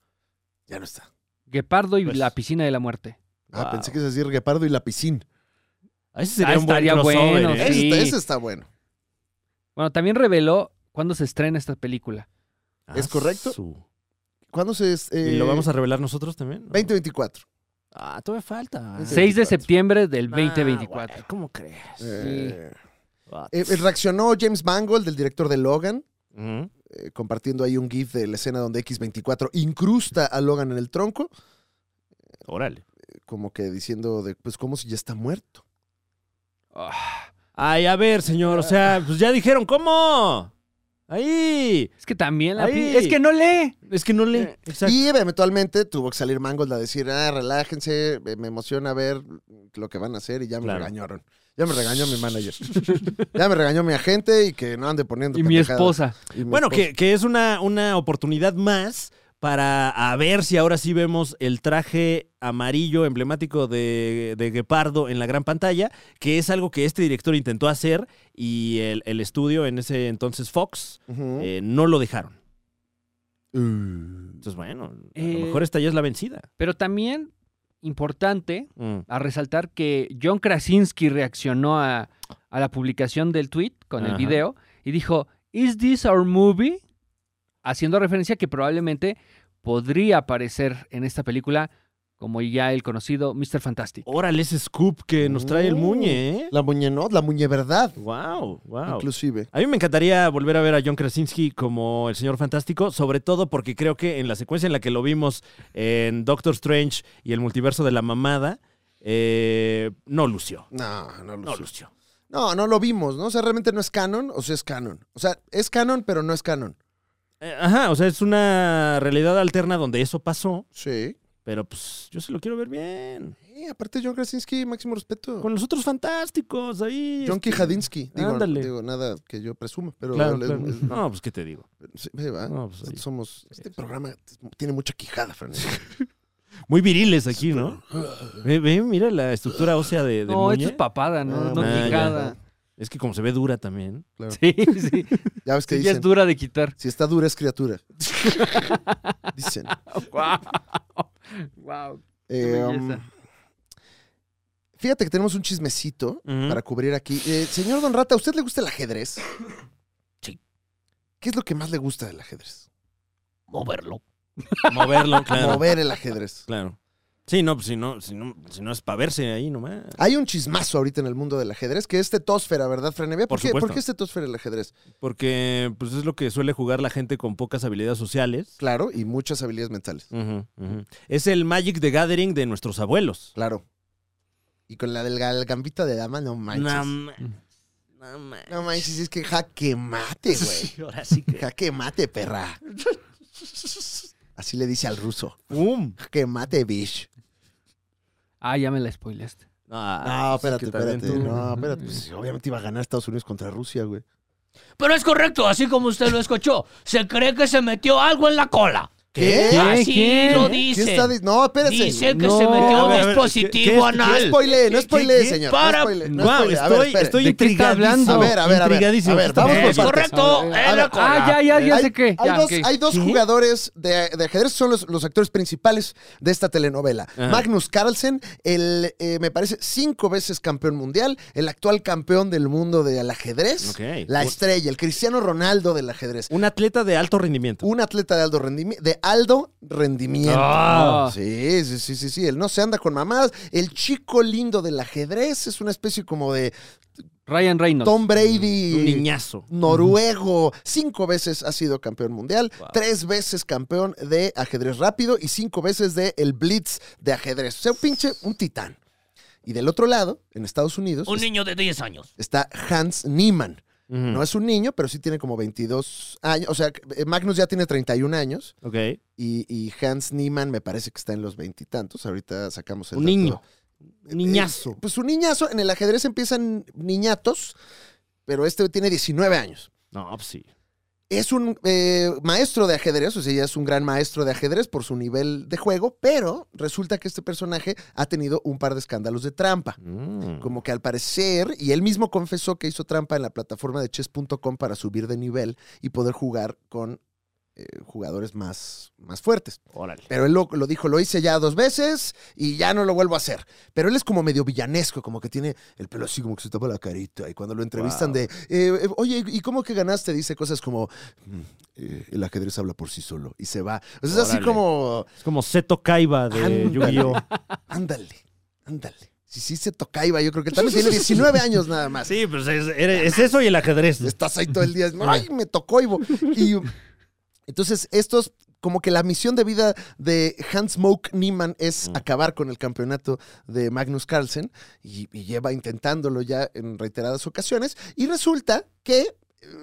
B: ya no está.
C: Guepardo y
A: Pues-
C: la piscina de la muerte.
G: Ah,
A: Wow.
G: pensé que es decir Guepardo y la piscina.
A: Ah, Ese sería
C: Ah,
A: un buen
C: estaría
A: crossover,
C: bueno,
A: ¿eh?
C: sí.
G: Ese, está, ese está bueno.
C: Bueno, también reveló cuándo se estrena esta película.
G: ¿Es correcto?
A: Ah, su-
G: ¿Cuándo se es? eh,
A: ¿Y lo vamos a revelar nosotros también?
G: 2024.
A: Ah, todavía falta.
G: Sí.
C: 6 de septiembre del
A: Ah,
C: 2024.
A: güey, ¿Cómo crees?
G: Eh, eh, reaccionó James Mangold, el director de Logan.
A: Ujú.
G: eh, compartiendo ahí un GIF de la escena donde X24 incrusta a Logan en el tronco,
A: Órale.
G: como que diciendo, de, pues, como si ya está muerto.
C: Ah,
A: Ay, a ver, señor, o sea, pues ya dijeron, ¿cómo? Ahí.
C: es que también la
A: Ahí.
C: pin- Es que no lee.
A: Es que no le. Exacto.
G: Eh, Y eventualmente tuvo que salir Mangos a decir, ah, relájense, eh, me emociona ver lo que van a hacer y ya me
A: Claro.
G: regañaron. Ya me regañó mi manager. ya me regañó mi agente y que no ande poniendo
C: Y mi
G: pendejadas.
C: esposa.
G: Y mi
A: Bueno,
G: esposa.
A: que, que es una, una oportunidad más para a ver si ahora sí vemos el traje amarillo emblemático de, de Guepardo en la gran pantalla, que es algo que este director intentó hacer y el, el estudio en ese entonces Fox
G: Ujú.
A: eh, no lo dejaron.
G: Uh.
A: Entonces, bueno, a
C: Eh.
A: lo mejor esta ya es la vencida.
C: Pero también, importante
A: Mm.
C: a resaltar que John Krasinski reaccionó a, a la publicación del tweet con el
A: Ajá.
C: video y dijo: ¿Is this our movie? Haciendo referencia que probablemente podría aparecer en esta película como ya el conocido Mr. Fantastic.
A: Órale ese scoop que nos trae el
G: Mm.
A: Muñe, ¿eh?
G: La muñe no, la muñe verdad,
A: Wow, wow.
G: inclusive.
A: A mí me encantaría volver a ver a John Krasinski como el señor fantástico, sobre todo porque creo que en la secuencia en la que lo vimos en Doctor Strange y el multiverso de la mamada, eh, no lució.
G: No, no lo
A: No
G: sé.
A: lució.
G: No, no lo vimos, ¿no? O sea, realmente no es canon, o sea, es canon. O sea, es canon, pero no es canon.
A: Eh, ajá, o sea, es una realidad alterna donde eso pasó,
G: Sí.
A: pero pues yo sí lo quiero ver bien.
G: Eh, aparte, John Krasinski, máximo respeto.
A: Con los otros fantásticos ahí.
G: John
A: este,
G: Kijadinsky. Digo,
A: Ándale.
G: digo, nada que yo presuma, pero
A: Claro,
G: él es-
A: claro.
G: es-
A: No, pues qué te digo.
G: sí, sí, va.
A: No, pues,
G: Nosotros
A: ahí.
G: somos. Este programa tiene mucha quijada, Fran.
A: Muy viriles aquí, ¿no? Ve, ve, mira la estructura ósea de, de
C: No,
A: Muñe.
C: esto es papada, no,
G: Ah,
C: no
A: ah,
C: quijada.
A: Es que como se ve dura también.
C: Sí, sí.
G: Ya ves que
C: ya es
G: dicen.
C: dura de quitar.
G: Si está dura es criatura. dicen.
C: Wow.
G: Eh, um,
C: belleza.
G: fíjate que tenemos un chismecito
A: Ujú.
G: para cubrir aquí. Eh, señor Don Rata, ¿a usted le gusta el ajedrez?
E: Sí.
G: ¿Qué es lo que más le gusta del ajedrez?
E: Moverlo.
A: Moverlo, claro.
G: Mover el ajedrez.
A: Claro. Sí, no, pues si no, si no, si no es para verse ahí nomás.
G: Hay un chismazo ahorita en el mundo del ajedrez que es tetosfera, ¿verdad, Franevia? ¿Por,
A: Por
G: qué, ¿Por
A: supuesto.
G: qué es tetosfera el ajedrez?
A: Porque pues es lo que suele jugar la gente con pocas habilidades sociales.
G: Claro, y muchas habilidades mentales.
A: Ujú, ujú. Es el Magic the Gathering de nuestros abuelos.
G: Claro. Y con la del gal- gambita de dama, no manches.
A: No
G: No,
A: ma- no ma-
G: manches, es que jaque mate, güey.
A: Ahora sí que.
G: Jaque mate, perra. Así le dice al ruso.
A: ¡Pum!
G: Jaque mate, bitch.
C: Ah, ya me la spoileaste.
G: No,
A: Ah,
G: espérate,
A: sí que también
G: espérate.
A: tú.
G: No, espérate. Pues, obviamente iba a ganar Estados Unidos contra Rusia, güey.
E: Pero es correcto, así como usted lo escuchó. Se cree que se metió algo en la cola.
G: ¿Qué?
C: ¿Qué?
E: Así
C: ¿Quién?
E: Ah, lo
C: ¿Quién
G: ¿Qué
E: dice.
G: está di- No, espérate.
E: Dice que
C: No,
E: se
C: a
E: metió
A: ver, a
E: un
A: ver,
E: dispositivo
A: ¿qué- qué-
G: No
E: anal.
G: spoile, no
A: ¿Qué-
G: spoile,
A: qué-
G: señor.
E: para-
G: No spoile, no
A: Guau,
G: spoile. A ver,
A: estoy,
G: espérate.
A: estoy
C: ¿De qué está
A: intrigadísimo.
G: hablando? A ver, a ver, a ver.
A: Intrigadísimo.
G: A ver, vamos por
E: Es
G: partes.
E: correcto,
G: A ver,
E: en la cola.
C: Ah, ya, ya, ya
G: Hay-
C: sé qué.
G: Hay
C: Ya,
G: dos,
C: ok.
G: hay dos jugadores de, de ajedrez, son los, los actores principales de esta telenovela.
A: Ajá.
G: Magnus Carlsen, el, eh, me parece, cinco veces campeón mundial, el actual campeón del mundo del ajedrez,
A: Ok.
G: la
A: Un-
G: estrella, el Cristiano Ronaldo del ajedrez,
A: Un atleta de alto rendimiento.
G: un atleta de alto, rendimi- de alto rendimiento.
C: Ah.
G: Sí, sí, sí, sí, sí, él no se anda con mamadas. El chico lindo del ajedrez es una especie como de
C: Ryan Reynolds.
G: Tom Brady.
A: Mm, Un niñazo.
G: Noruego, cinco veces ha sido campeón mundial,
A: Wow.
G: tres veces campeón de ajedrez rápido y cinco veces de el blitz de ajedrez. O sea, un pinche, un titán. Y del otro lado, en Estados Unidos,
E: Un
G: es-
E: niño de 10 años.
G: está Hans Niemann.
A: Ujú.
G: No es un niño, pero sí tiene como 22 años. O sea, eh, Magnus ya tiene 31 años
A: Ok.
G: y, y Hans Niemann me parece que está en los veintitantos. Ahorita sacamos el
A: Un
G: dato.
A: niño. Un niñazo.
G: Eh, pues un niñazo. En el ajedrez empiezan niñatos, pero este tiene 19 años.
A: No, pues sí.
G: Es un eh, maestro de ajedrez, o sea, ya es un gran maestro de ajedrez por su nivel de juego, pero resulta que este personaje ha tenido un par de escándalos de trampa.
A: Mm.
G: Como que al parecer, y él mismo confesó que hizo trampa en la plataforma de chess.com para subir de nivel y poder jugar con eh, jugadores más, más fuertes.
A: Órale.
G: Pero él lo, lo dijo, lo hice ya dos veces y ya no lo vuelvo a hacer. Pero él es como medio villanesco, como que tiene el pelo así, como que se tapa la carita. Y cuando lo entrevistan
A: Wow.
G: de, eh, eh, oye, ¿y cómo que ganaste? Dice cosas como, "Mm, eh, el ajedrez habla por sí solo y se va. O sea, es así
A: Órale.
G: como,
A: Es como Seto Kaiba de
G: Ándale.
A: Yu-Gi-Oh!
G: ándale, ándale. Si sí se toca iba, yo creo que también tiene 19 años nada más.
A: Sí, pues es, eres- es eso y el ajedrez.
G: Estás ahí todo el día, ay, me tocó Ivo. Y Entonces, estos, como que la misión de vida de Hans Moke Niemann es acabar con el campeonato de Magnus Carlsen y, y lleva intentándolo ya en reiteradas ocasiones. Y resulta que eh,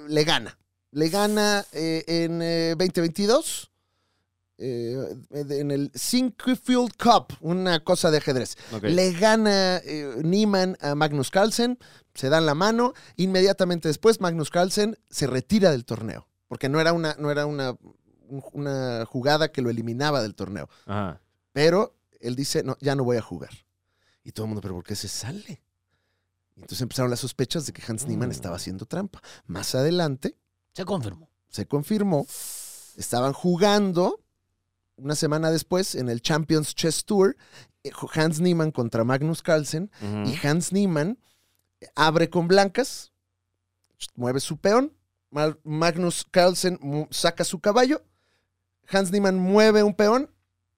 G: le gana. Le gana eh, en eh, 2022. eh, en el Field Cup, una cosa de ajedrez.
A: Ok.
G: Le gana eh, Niemann a Magnus Carlsen, se dan la mano. Inmediatamente después, Magnus Carlsen se retira del torneo, porque no era una, no era una, un- una jugada que lo eliminaba del torneo.
A: Ajá.
G: Pero él dice, no, ya no voy a jugar. Y todo el mundo, pero ¿por qué se sale? Y entonces empezaron las sospechas de que Hans Niemann
A: Mm.
G: estaba haciendo trampa. Más adelante
E: Se confirmó.
G: se confirmó, estaban jugando una semana después en el Champions Chess Tour, eh, Hans Niemann contra Magnus Carlsen.
A: Ujú.
G: Y Hans Niemann abre con blancas, mueve su peón, Mar- Magnus Carlsen mu- saca su caballo, Hans Niemann mueve un peón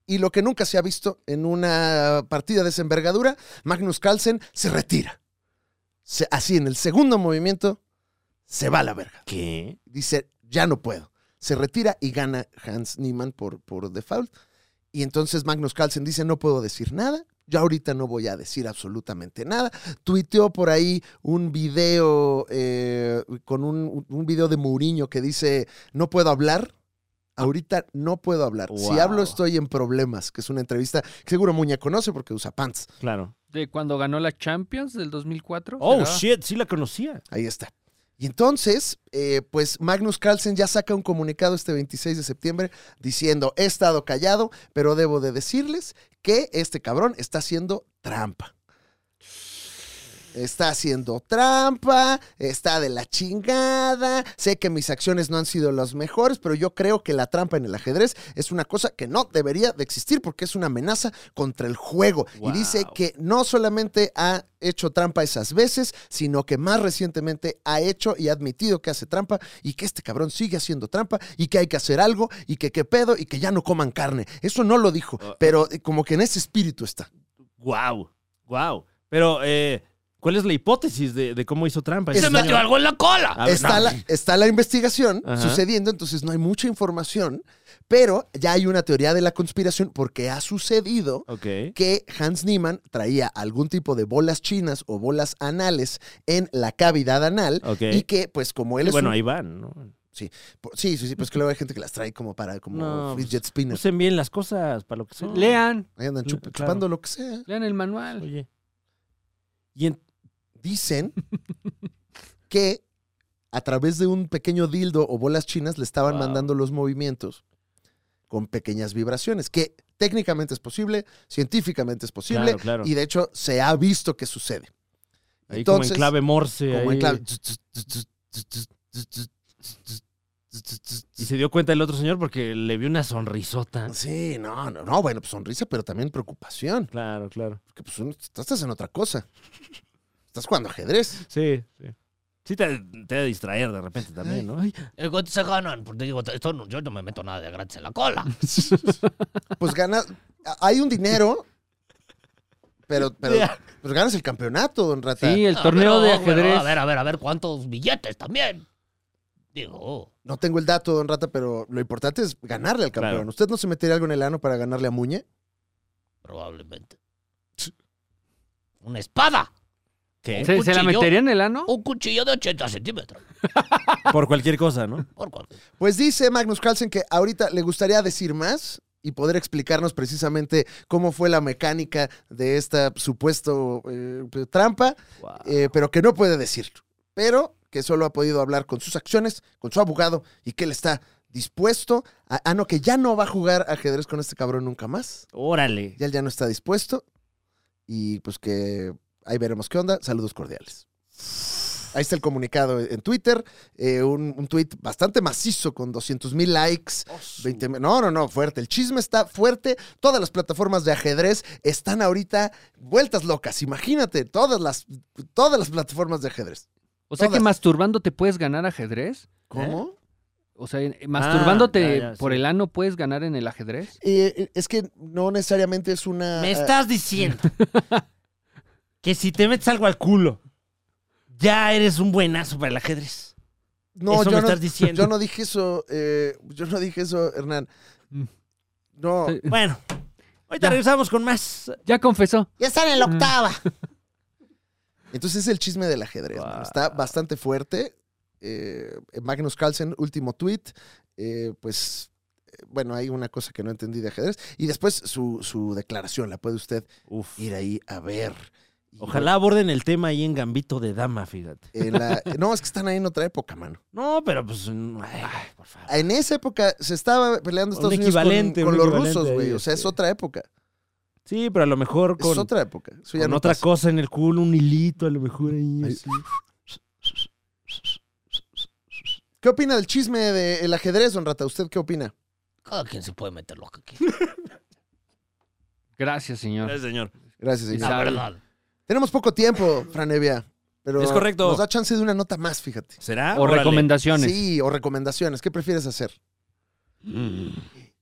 G: y lo que nunca se ha visto en una partida de esa envergadura, Magnus Carlsen se retira. Se- así en el segundo movimiento se va a la verga.
A: ¿Qué?
G: Dice, ya no puedo. Se retira y gana Hans Niemann por, por default. Y entonces Magnus Carlsen dice, no puedo decir nada, yo ahorita no voy a decir absolutamente nada. Tuiteó por ahí un video eh, con un, un video de Mourinho que dice, no puedo hablar. Ahorita no puedo hablar. Si
A: Wow.
G: hablo estoy en problemas, que es una entrevista que seguro Muña conoce porque usa pants.
A: Claro.
C: De cuando ganó la Champions del 2004.
A: Oh,
C: ¿será?
A: shit, sí la conocía.
G: Ahí está. Y entonces, eh, pues Magnus Carlsen ya saca un comunicado este 26 de septiembre diciendo, he estado callado, pero debo de decirles que este cabrón está haciendo trampa. Está haciendo trampa, está de la chingada, sé que mis acciones no han sido las mejores, pero yo creo que la trampa en el ajedrez es una cosa que no debería de existir porque es una amenaza contra el juego.
A: Wow.
G: Y dice que no solamente ha hecho trampa esas veces, sino que más recientemente ha hecho y ha admitido que hace trampa y que este cabrón sigue haciendo trampa y que hay que hacer algo y que qué pedo y que ya no coman carne. Eso no lo dijo,
A: Ah.
G: pero eh, como que en ese espíritu está.
A: Wow, wow. Pero, eh, ¿cuál es la hipótesis de, de cómo hizo trampa?
G: Es-
E: Se
G: Está-
E: metió algo en la cola.
A: A ver,
G: está,
A: no.
G: la, está la investigación
A: Ajá.
G: sucediendo, entonces no hay mucha información, pero ya hay una teoría de la conspiración porque ha sucedido
A: Ok.
G: que Hans Niemann traía algún tipo de bolas chinas o bolas anales en la cavidad anal
A: Ok.
G: y que pues como él
A: Y
G: es
A: bueno,
G: un-
A: ahí van, ¿no?
G: sí sí sí pues que luego hay gente que las trae como para como
A: No, pues,
G: fidget spinner
A: Usen bien las cosas para lo que son.
C: Lean,
G: ahí andan chup-
A: claro.
G: chupando lo que sea
C: lean el manual.
A: Oye. Y en-
G: dicen que a través de un pequeño dildo o bolas chinas le estaban
A: Wow.
G: mandando los movimientos con pequeñas vibraciones, que técnicamente es posible, científicamente es posible,
A: Claro, claro.
G: y de hecho se ha visto que sucede.
A: ahí como
G: entonces-
A: en clave morse.
G: Como
A: ahí.
G: en clave.
A: Y se dio cuenta el otro señor porque le vio una sonrisota.
G: Sí, no, no, no, bueno, pues sonrisa, pero también preocupación,
A: Claro, claro.
G: porque pues uno- estás en otra cosa. Estás jugando ajedrez.
A: Sí, sí. Sí te, te ha de distraer de repente también, ¿no? Ay,
E: ¿Y ¿Cuánto se ganan? Porque digo, esto no- yo no me meto nada de gratis en la cola.
G: Pues ganas, a- hay un dinero, pero, pero pues ganas el campeonato, don Rata.
C: Sí, el
E: Ah,
C: torneo
E: pero,
C: de
E: pero,
C: ajedrez.
E: a ver, a ver, a ver, cuántos billetes también. Digo, oh,
G: No tengo el dato, don Rata, pero lo importante es ganarle al campeón.
A: Claro.
G: ¿Usted no se metería algo en el ano para ganarle a Muñe?
E: probablemente. Una espada.
A: ¿Qué?
E: un
C: ¿Se, se la
E: cuchillo.
C: metería en el ano?
G: Uh,
E: Un cuchillo de 80 centímetros.
A: Por cualquier cosa, ¿no?
E: Por cualquier-
G: Pues dice Magnus Carlsen que ahorita le gustaría decir más y poder explicarnos precisamente cómo fue la mecánica de esta supuesto eh, trampa,
A: Wow.
G: eh, pero que no puede decirlo. Pero que solo ha podido hablar con sus acciones, con su abogado y que él está dispuesto a, ah, no, que ya no va a jugar ajedrez con este cabrón nunca más.
A: Órale.
G: Ya él ya no está dispuesto y pues que ahí veremos qué onda. Saludos cordiales. Ahí está el comunicado en Twitter, eh, un, un tweet bastante macizo con 200 mil likes, 20 mil- no, no, no, fuerte. El chisme está fuerte. Todas las plataformas de ajedrez están ahorita vueltas locas. Imagínate, todas las, todas las plataformas de ajedrez.
C: O sea que
G: todas.
C: masturbando te puedes ganar ajedrez.
G: ¿Cómo?
C: O sea, en- masturbándote
A: ya, ya,
C: por
A: sí.
C: el ano puedes ganar en el ajedrez.
G: Eh, eh, es que no necesariamente es una...
A: Me estás diciendo que si te metes algo al culo, ya eres un buenazo para el ajedrez.
G: eh, No,
A: Eso
G: yo
A: me
G: no,
A: estás diciendo.
G: yo no dije eso, eh, yo no dije eso, Hernán.
C: Mm.
G: No.
C: Sí.
A: Bueno, ahorita
C: Ya.
A: regresamos con más.
C: Ya confesó.
G: Ya están en la octava. Mm. Entonces es el chisme del ajedrez. mano. Está bastante fuerte. Eh, Magnus Carlsen, último tweet. pues, eh, bueno, hay una cosa que no entendí de ajedrez. Y después su, su declaración, la puede usted
A: Uf.
G: ir ahí a ver. Y
A: Ojalá aborden el tema ahí en Gambito de Dama, fíjate.
G: en la- no, es que están ahí en otra época, mano.
A: No, pero pues. mm, ay, por favor.
G: En esa época se estaba peleando
A: Un
G: Estados Unidos con-
A: equivalente,
G: con,
A: un
G: los
A: equivalente
G: rusos,
A: ahí,
G: güey. O sea, es
A: este.
G: otra época.
A: Sí, pero a lo mejor
G: es
A: con,
G: otra época. Eso ya
A: con
G: no
A: otra
G: pasa.
A: cosa en el culo, un hilito, a lo mejor ahí.
G: Ay.
A: así.
G: ¿Qué opina del chisme del ajedrez, don Rata? ¿Usted qué opina?
E: Cada quien se puede meter lo que quiera.
C: Gracias, señor.
A: Gracias, señor.
G: Gracias, señor.
E: La
C: Isabel.
E: verdad.
G: Tenemos poco tiempo, Franevia. Pero
A: Es correcto.
G: Nos da chance de una nota más, fíjate.
A: ¿Será?
C: O
A: Órale.
C: recomendaciones.
G: Sí, o recomendaciones. ¿Qué prefieres hacer?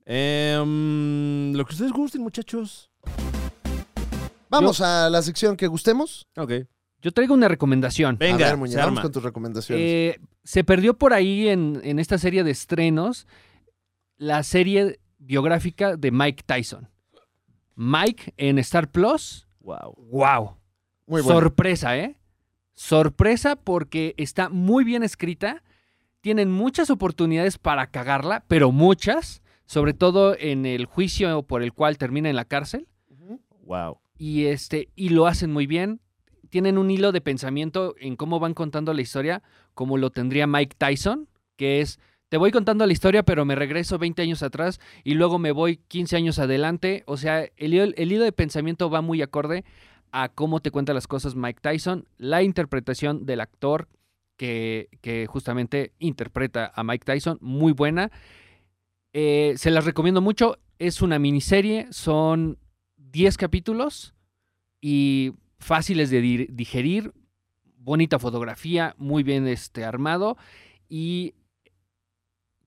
A: Eh, mm, lo que ustedes gusten, muchachos.
G: Vamos a la sección que gustemos.
A: Ok.
C: Yo traigo una recomendación.
A: Venga,
G: a ver, Muñe,
A: se
G: vamos
A: arma.
G: con tus recomendaciones.
C: Eh, se perdió por ahí en, en esta serie de estrenos la serie biográfica de Mike Tyson. Mike en Star Plus.
A: Wow.
C: ¡Wow!
G: Muy bueno.
C: Sorpresa, ¿eh? Sorpresa porque está muy bien escrita. Tienen muchas oportunidades para cagarla, pero muchas. Sobre todo en el juicio por el cual termina en la cárcel.
A: Wow.
C: y este y lo hacen muy bien. Tienen un hilo de pensamiento en cómo van contando la historia, como lo tendría Mike Tyson, que es te voy contando la historia, pero me regreso 20 años atrás y luego me voy 15 años adelante. O sea, el, hilo- el hilo de pensamiento va muy acorde a cómo te cuenta las cosas Mike Tyson, la interpretación del actor que, que justamente interpreta a Mike Tyson, muy buena. Eh, se las recomiendo mucho. Es una miniserie, son 10 capítulos y fáciles de di- digerir, bonita fotografía, muy bien este, armado y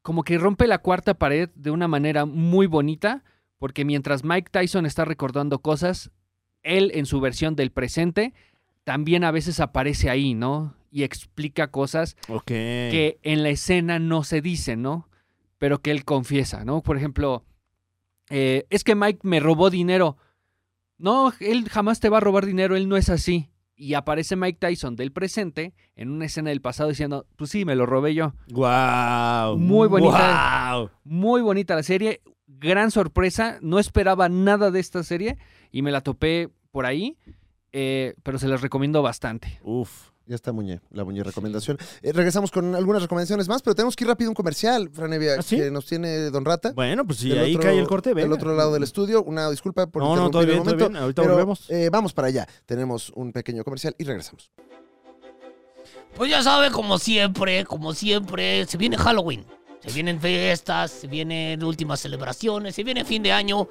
C: como que rompe la cuarta pared de una manera muy bonita porque mientras Mike Tyson está recordando cosas, él en su versión del presente también a veces aparece ahí, ¿no? Y explica cosas
A: Ok.
C: que en la escena no se dice, ¿no? Pero que él confiesa, ¿no? Por ejemplo, eh, es que Mike me robó dinero. No, él jamás te va a robar dinero, él no es así. Y aparece Mike Tyson del presente en una escena del pasado diciendo, pues sí, me lo robé yo.
A: Wow.
C: Muy bonita.
A: Wow.
C: Muy bonita la serie, gran sorpresa, no esperaba nada de esta serie y me la topé por ahí, eh, pero se las recomiendo bastante.
A: Uf.
G: Ya está Muñe, la Muñe recomendación. Eh, regresamos con algunas recomendaciones más, pero tenemos que ir rápido a un comercial, Franevia,
A: ¿Ah, sí?
G: que nos tiene Don Rata.
A: Bueno, pues si
G: Del
A: ahí
G: otro-
A: cae el corte,
G: Del
A: venga.
G: otro lado del estudio. Una disculpa por
A: No, no, todo
G: interrumpir el
A: bien, todo
G: momento,
A: bien. Ahorita
G: pero,
A: volvemos.
G: eh, vamos para allá. Tenemos un pequeño comercial y regresamos.
E: Pues ya sabe, como siempre, como siempre, se viene Halloween. Se vienen fiestas, se vienen últimas celebraciones, se viene fin de año.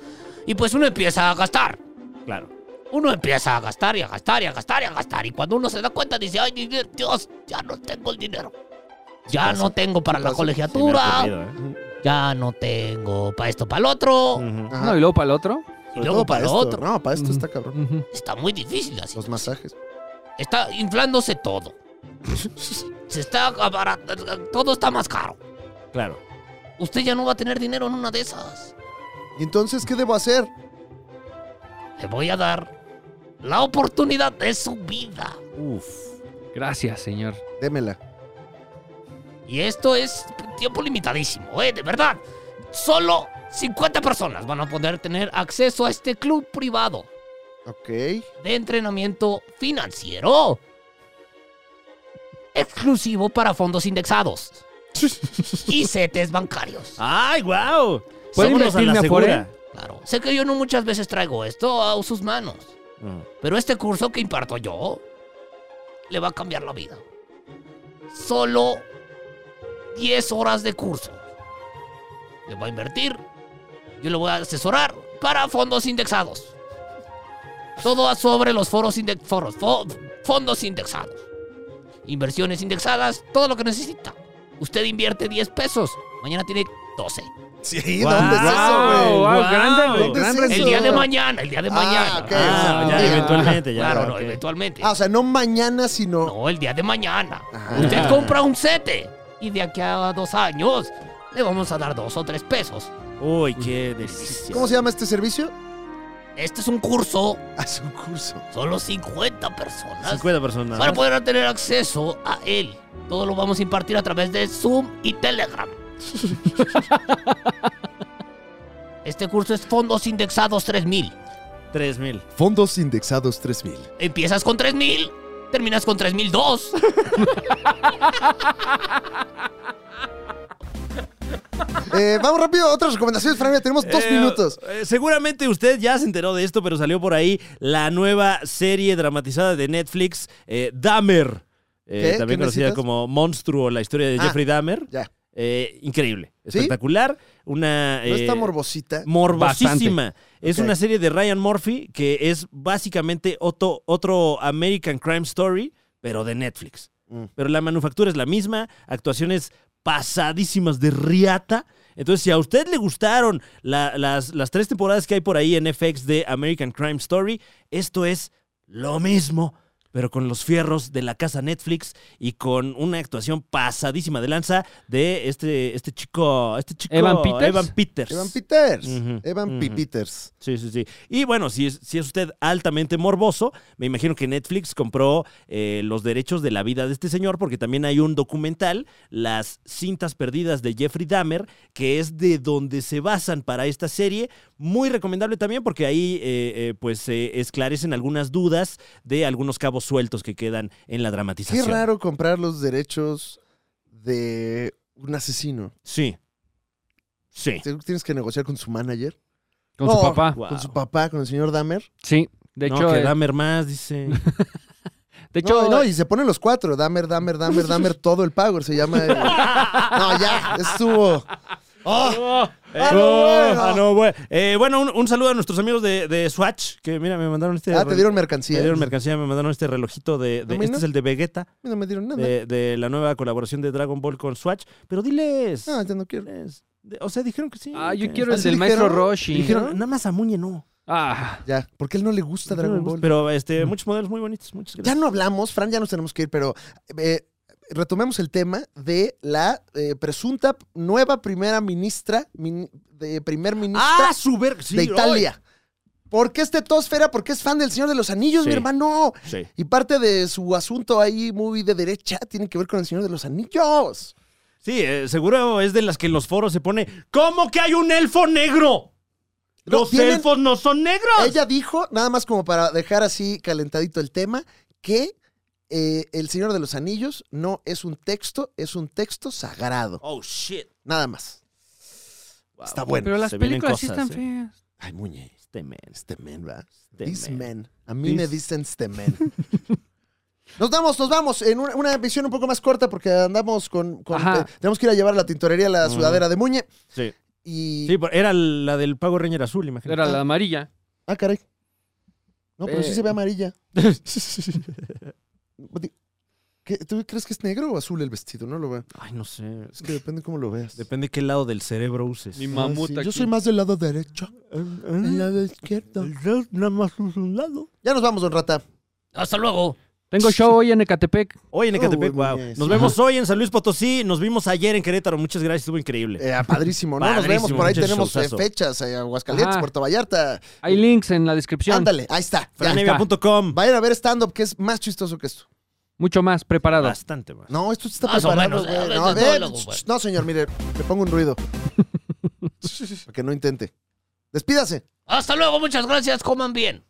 E: Y pues uno empieza a gastar.
A: Claro.
E: Uno empieza a gastar y a gastar y a gastar y a gastar. Y cuando uno se da cuenta dice, ay, dinero, Dios, ya no tengo el dinero. Ya
G: pasa,
E: no tengo para
G: sí
A: Sí
E: la
G: pasa.
A: me ha
E: colegiatura.
A: ocurrido, ¿eh?
E: ya no tengo para esto, para el otro.
A: Ujú.
G: Ajá.
C: No, y luego para el otro.
E: Y
G: Mm, Sobre
E: luego
G: todo
E: para el
G: esto.
E: otro.
G: No, para esto está cabrón.
C: Ujú.
E: Está muy difícil así.
G: Los masajes.
E: Está inflándose todo. se está abarat- Todo está más caro.
A: Claro.
E: Usted ya no va a tener dinero en una de esas.
G: ¿Y entonces qué debo hacer?
E: Le voy a dar la oportunidad de su vida.
A: Uf.
C: Gracias, señor.
G: Démela.
E: Y esto es tiempo limitadísimo, ¿eh? De verdad. Solo 50 personas van a poder tener acceso a este club privado
G: Ok.
E: de entrenamiento financiero. Exclusivo para fondos indexados y CETES bancarios.
A: ¡Ay, wow!
C: ¿Puedo invertirme afuera?
E: Claro. Sé que yo no muchas veces traigo esto a sus manos,
A: Mm.
E: pero este curso que imparto yo le va a cambiar la vida. Solo 10 horas de curso. Le voy a invertir, yo le voy a asesorar para fondos indexados. Todo a sobre los foros, inde- foros fo- fondos indexados. Inversiones indexadas, todo lo que necesita. Usted invierte 10 pesos, mañana tiene 12.
G: Sí,
A: Guau,
G: ¿dónde es eso, güey?
A: guau,
C: Oh, wow,
A: Wow.
C: grande,
A: ¿Dónde
C: gran
G: es
C: res-
E: El
G: Eso.
E: día de mañana, el día de
G: Ah,
E: mañana.
G: ok,
A: Ah,
G: Ah,
A: ya,
G: ok.
A: eventualmente, ya.
E: claro,
A: ok.
E: no, eventualmente.
G: Ah, o sea, no mañana, sino.
E: No, el día de mañana.
G: Ajá.
E: Usted compra un sete Y de aquí a dos años le vamos a dar dos o tres pesos.
A: Uy, qué delicia.
G: ¿Cómo se llama este servicio?
E: Este es un curso,
G: Haz un curso.
E: solo 50 personas
A: 50 personas.
E: para poder tener acceso a él. Todo lo vamos a impartir a través de Zoom y Telegram. Este curso es fondos indexados 3000.
A: 3000.
G: Fondos indexados 3000.
E: Empiezas con 3000, terminas con 3002.
G: Eh, vamos rápido, otras recomendaciones, Fran, ya tenemos dos
A: Eh,
G: minutos.
A: eh, seguramente usted ya se enteró de esto, pero salió por ahí la nueva serie dramatizada de Netflix, eh, Dahmer. Eh,
G: ¿Qué?
A: También conocida
G: ¿Qué necesitas?
A: como Monstruo, la historia de
G: Ah,
A: Jeffrey Dahmer.
G: Ya.
A: Eh, increíble,
G: ¿Sí?
A: espectacular. Una.
G: No está
A: eh,
G: morbosita.
A: Morbosísima. Es
G: Ok.
A: una serie de Ryan Murphy que es básicamente otro, otro American Crime Story, pero de Netflix.
G: Mm.
A: Pero la manufactura es la misma, actuaciones pasadísimas de riata. Entonces, si a usted le gustaron la- las, las tres temporadas que hay por ahí en FX de American Crime Story, esto es lo mismo, pero con los fierros de la casa Netflix y con una actuación pasadísima de lanza de este, este chico, este chico
C: Evan Peters.
A: Evan Peters.
G: Evan Peters.
A: Ujú,
G: Evan P.
A: ujú.
G: Peters.
A: Sí, sí, sí. Y bueno, si es, si es usted altamente morboso, me imagino que Netflix compró eh, los derechos de la vida de este señor, porque también hay un documental, Las cintas perdidas de Jeffrey Dahmer, que es de donde se basan para esta serie. Muy recomendable también, porque ahí eh, eh, pues se esclarecen algunas dudas de algunos cabos sueltos que quedan en la
G: Qué
A: dramatización.
G: raro comprar los derechos de un asesino.
A: Sí. Sí.
G: Te- Tienes que negociar con su manager,
C: Con
G: Oh,
C: su papá.
A: Wow.
G: con su papá, con el señor Dahmer.
C: Sí. De
A: No,
C: hecho,
A: que
C: eh,
A: Dahmer más, dice.
C: de hecho
G: No, no, y se ponen los cuatro. Dahmer, Dahmer, Dahmer, Dahmer, todo el power se llama. eh. No, ya, estuvo.
A: Eh,
G: no, bueno.
A: ah, no, bueno. Eh, bueno, un, un saludo a nuestros amigos de, de Swatch, que mira, me mandaron este.
G: Ah,
A: reloj-
G: te dieron
A: me
G: mercancía.
A: dieron mercancía, me mandaron este relojito de. de-
G: ¿A mí
A: este
G: no?
A: es el de Vegeta,
G: A mí No me dieron nada.
A: de, de la nueva colaboración de Dragon Ball con Swatch. Pero diles.
G: No, ya no quiero.
A: diles. De- o sea, dijeron que sí.
C: Ah, yo
A: que-
C: quiero el
G: ¿Así
C: del maestro
G: dijeron?
C: Roshi.
A: Dijeron, nada más a Muñe no.
C: Ah,
G: Ya, porque a él no le gusta Dragon Ball. Mm.
A: Pero este, muchos modelos muy bonitos. Muchas
G: Ya
A: gracias.
G: no hablamos, Fran, ya nos tenemos que ir, pero eh, retomemos el tema de la eh, presunta nueva primera ministra, min- de primer ministra
A: ah, su ver- sí,
G: de
A: ay.
G: Italia. ¿Por qué este tosfera? Porque es fan del Señor de los Anillos,
A: Sí.
G: mi hermano.
A: Sí.
G: Y parte de su asunto ahí muy de derecha tiene que ver con el Señor de los Anillos.
A: Sí, eh, seguro es de las que en los foros se pone. ¿Cómo que hay un elfo negro?
G: No,
A: Los
G: tienen-
A: elfos no son negros.
G: Ella dijo, nada más como para dejar así calentadito el tema, que eh, el Señor de los Anillos no es un texto, es un texto sagrado.
A: Oh, shit.
G: Nada más.
A: Wow.
G: Está bueno.
C: pero las
A: Ah, se vienen
C: películas sí
A: cosas,
C: están
A: eh.
C: feas.
G: Ay, Muñe.
A: Este men.
G: Este men, va.
A: Este
G: This
A: men.
G: man. A mí
A: This-
G: me dicen este men. Nos vamos, nos vamos. En una, una visión un poco más corta porque andamos con. con-
C: Ajá.
G: eh, tenemos que ir a llevar a la tintorería a la
A: Mm.
G: sudadera de Muñe.
A: Sí.
G: Y.
A: Sí, por- era la del Pago Reñer Azul, imagínate.
C: Era la amarilla.
G: Ah, caray. No, pero sí
C: Eh.
G: se ve amarilla. ¿Qué- ¿Tú crees que es negro o azul el vestido? No lo veo.
A: Ay, no sé.
G: Es que depende cómo lo veas.
A: Depende qué lado del cerebro uses.
C: Mi
G: Ah,
C: mamuta.
G: sí. Yo
C: aquí.
G: soy más del lado derecho.
A: Ah,
G: El
A: Nada
G: lado izquierdo.
A: más un lado.
G: Ya nos vamos, don Rata.
E: Hasta luego.
C: Tengo show hoy en Ecatepec.
A: Hoy en Ecatepec,
G: Oh,
A: wow.
G: yes.
A: Nos vemos hoy en San Luis Potosí. Nos vimos ayer en Querétaro. Muchas gracias, estuvo increíble.
G: Eh, ah, padrísimo, ¿no? Nos vemos.
A: Padrísimo,
G: Por ahí
A: mucho
G: tenemos eh,
A: showzazo.
G: fechas. eh, Aguascalientes,
C: Ajá.
G: Puerto Vallarta.
C: Hay links en la descripción.
G: Ándale, ahí está. ya.
A: Franevia.com.
G: Vayan a ver stand-up, que es más chistoso que esto.
C: Mucho más preparado.
A: Bastante más.
G: No, esto está
E: Más o
G: preparado,
E: menos,
G: güey.
E: a veces
G: No,
E: no,
G: ve,
E: luego,
G: ch-
E: güey.
G: no, señor, mire, le pongo un ruido. Para que no intente. Despídase.
E: Hasta luego, muchas gracias, coman bien.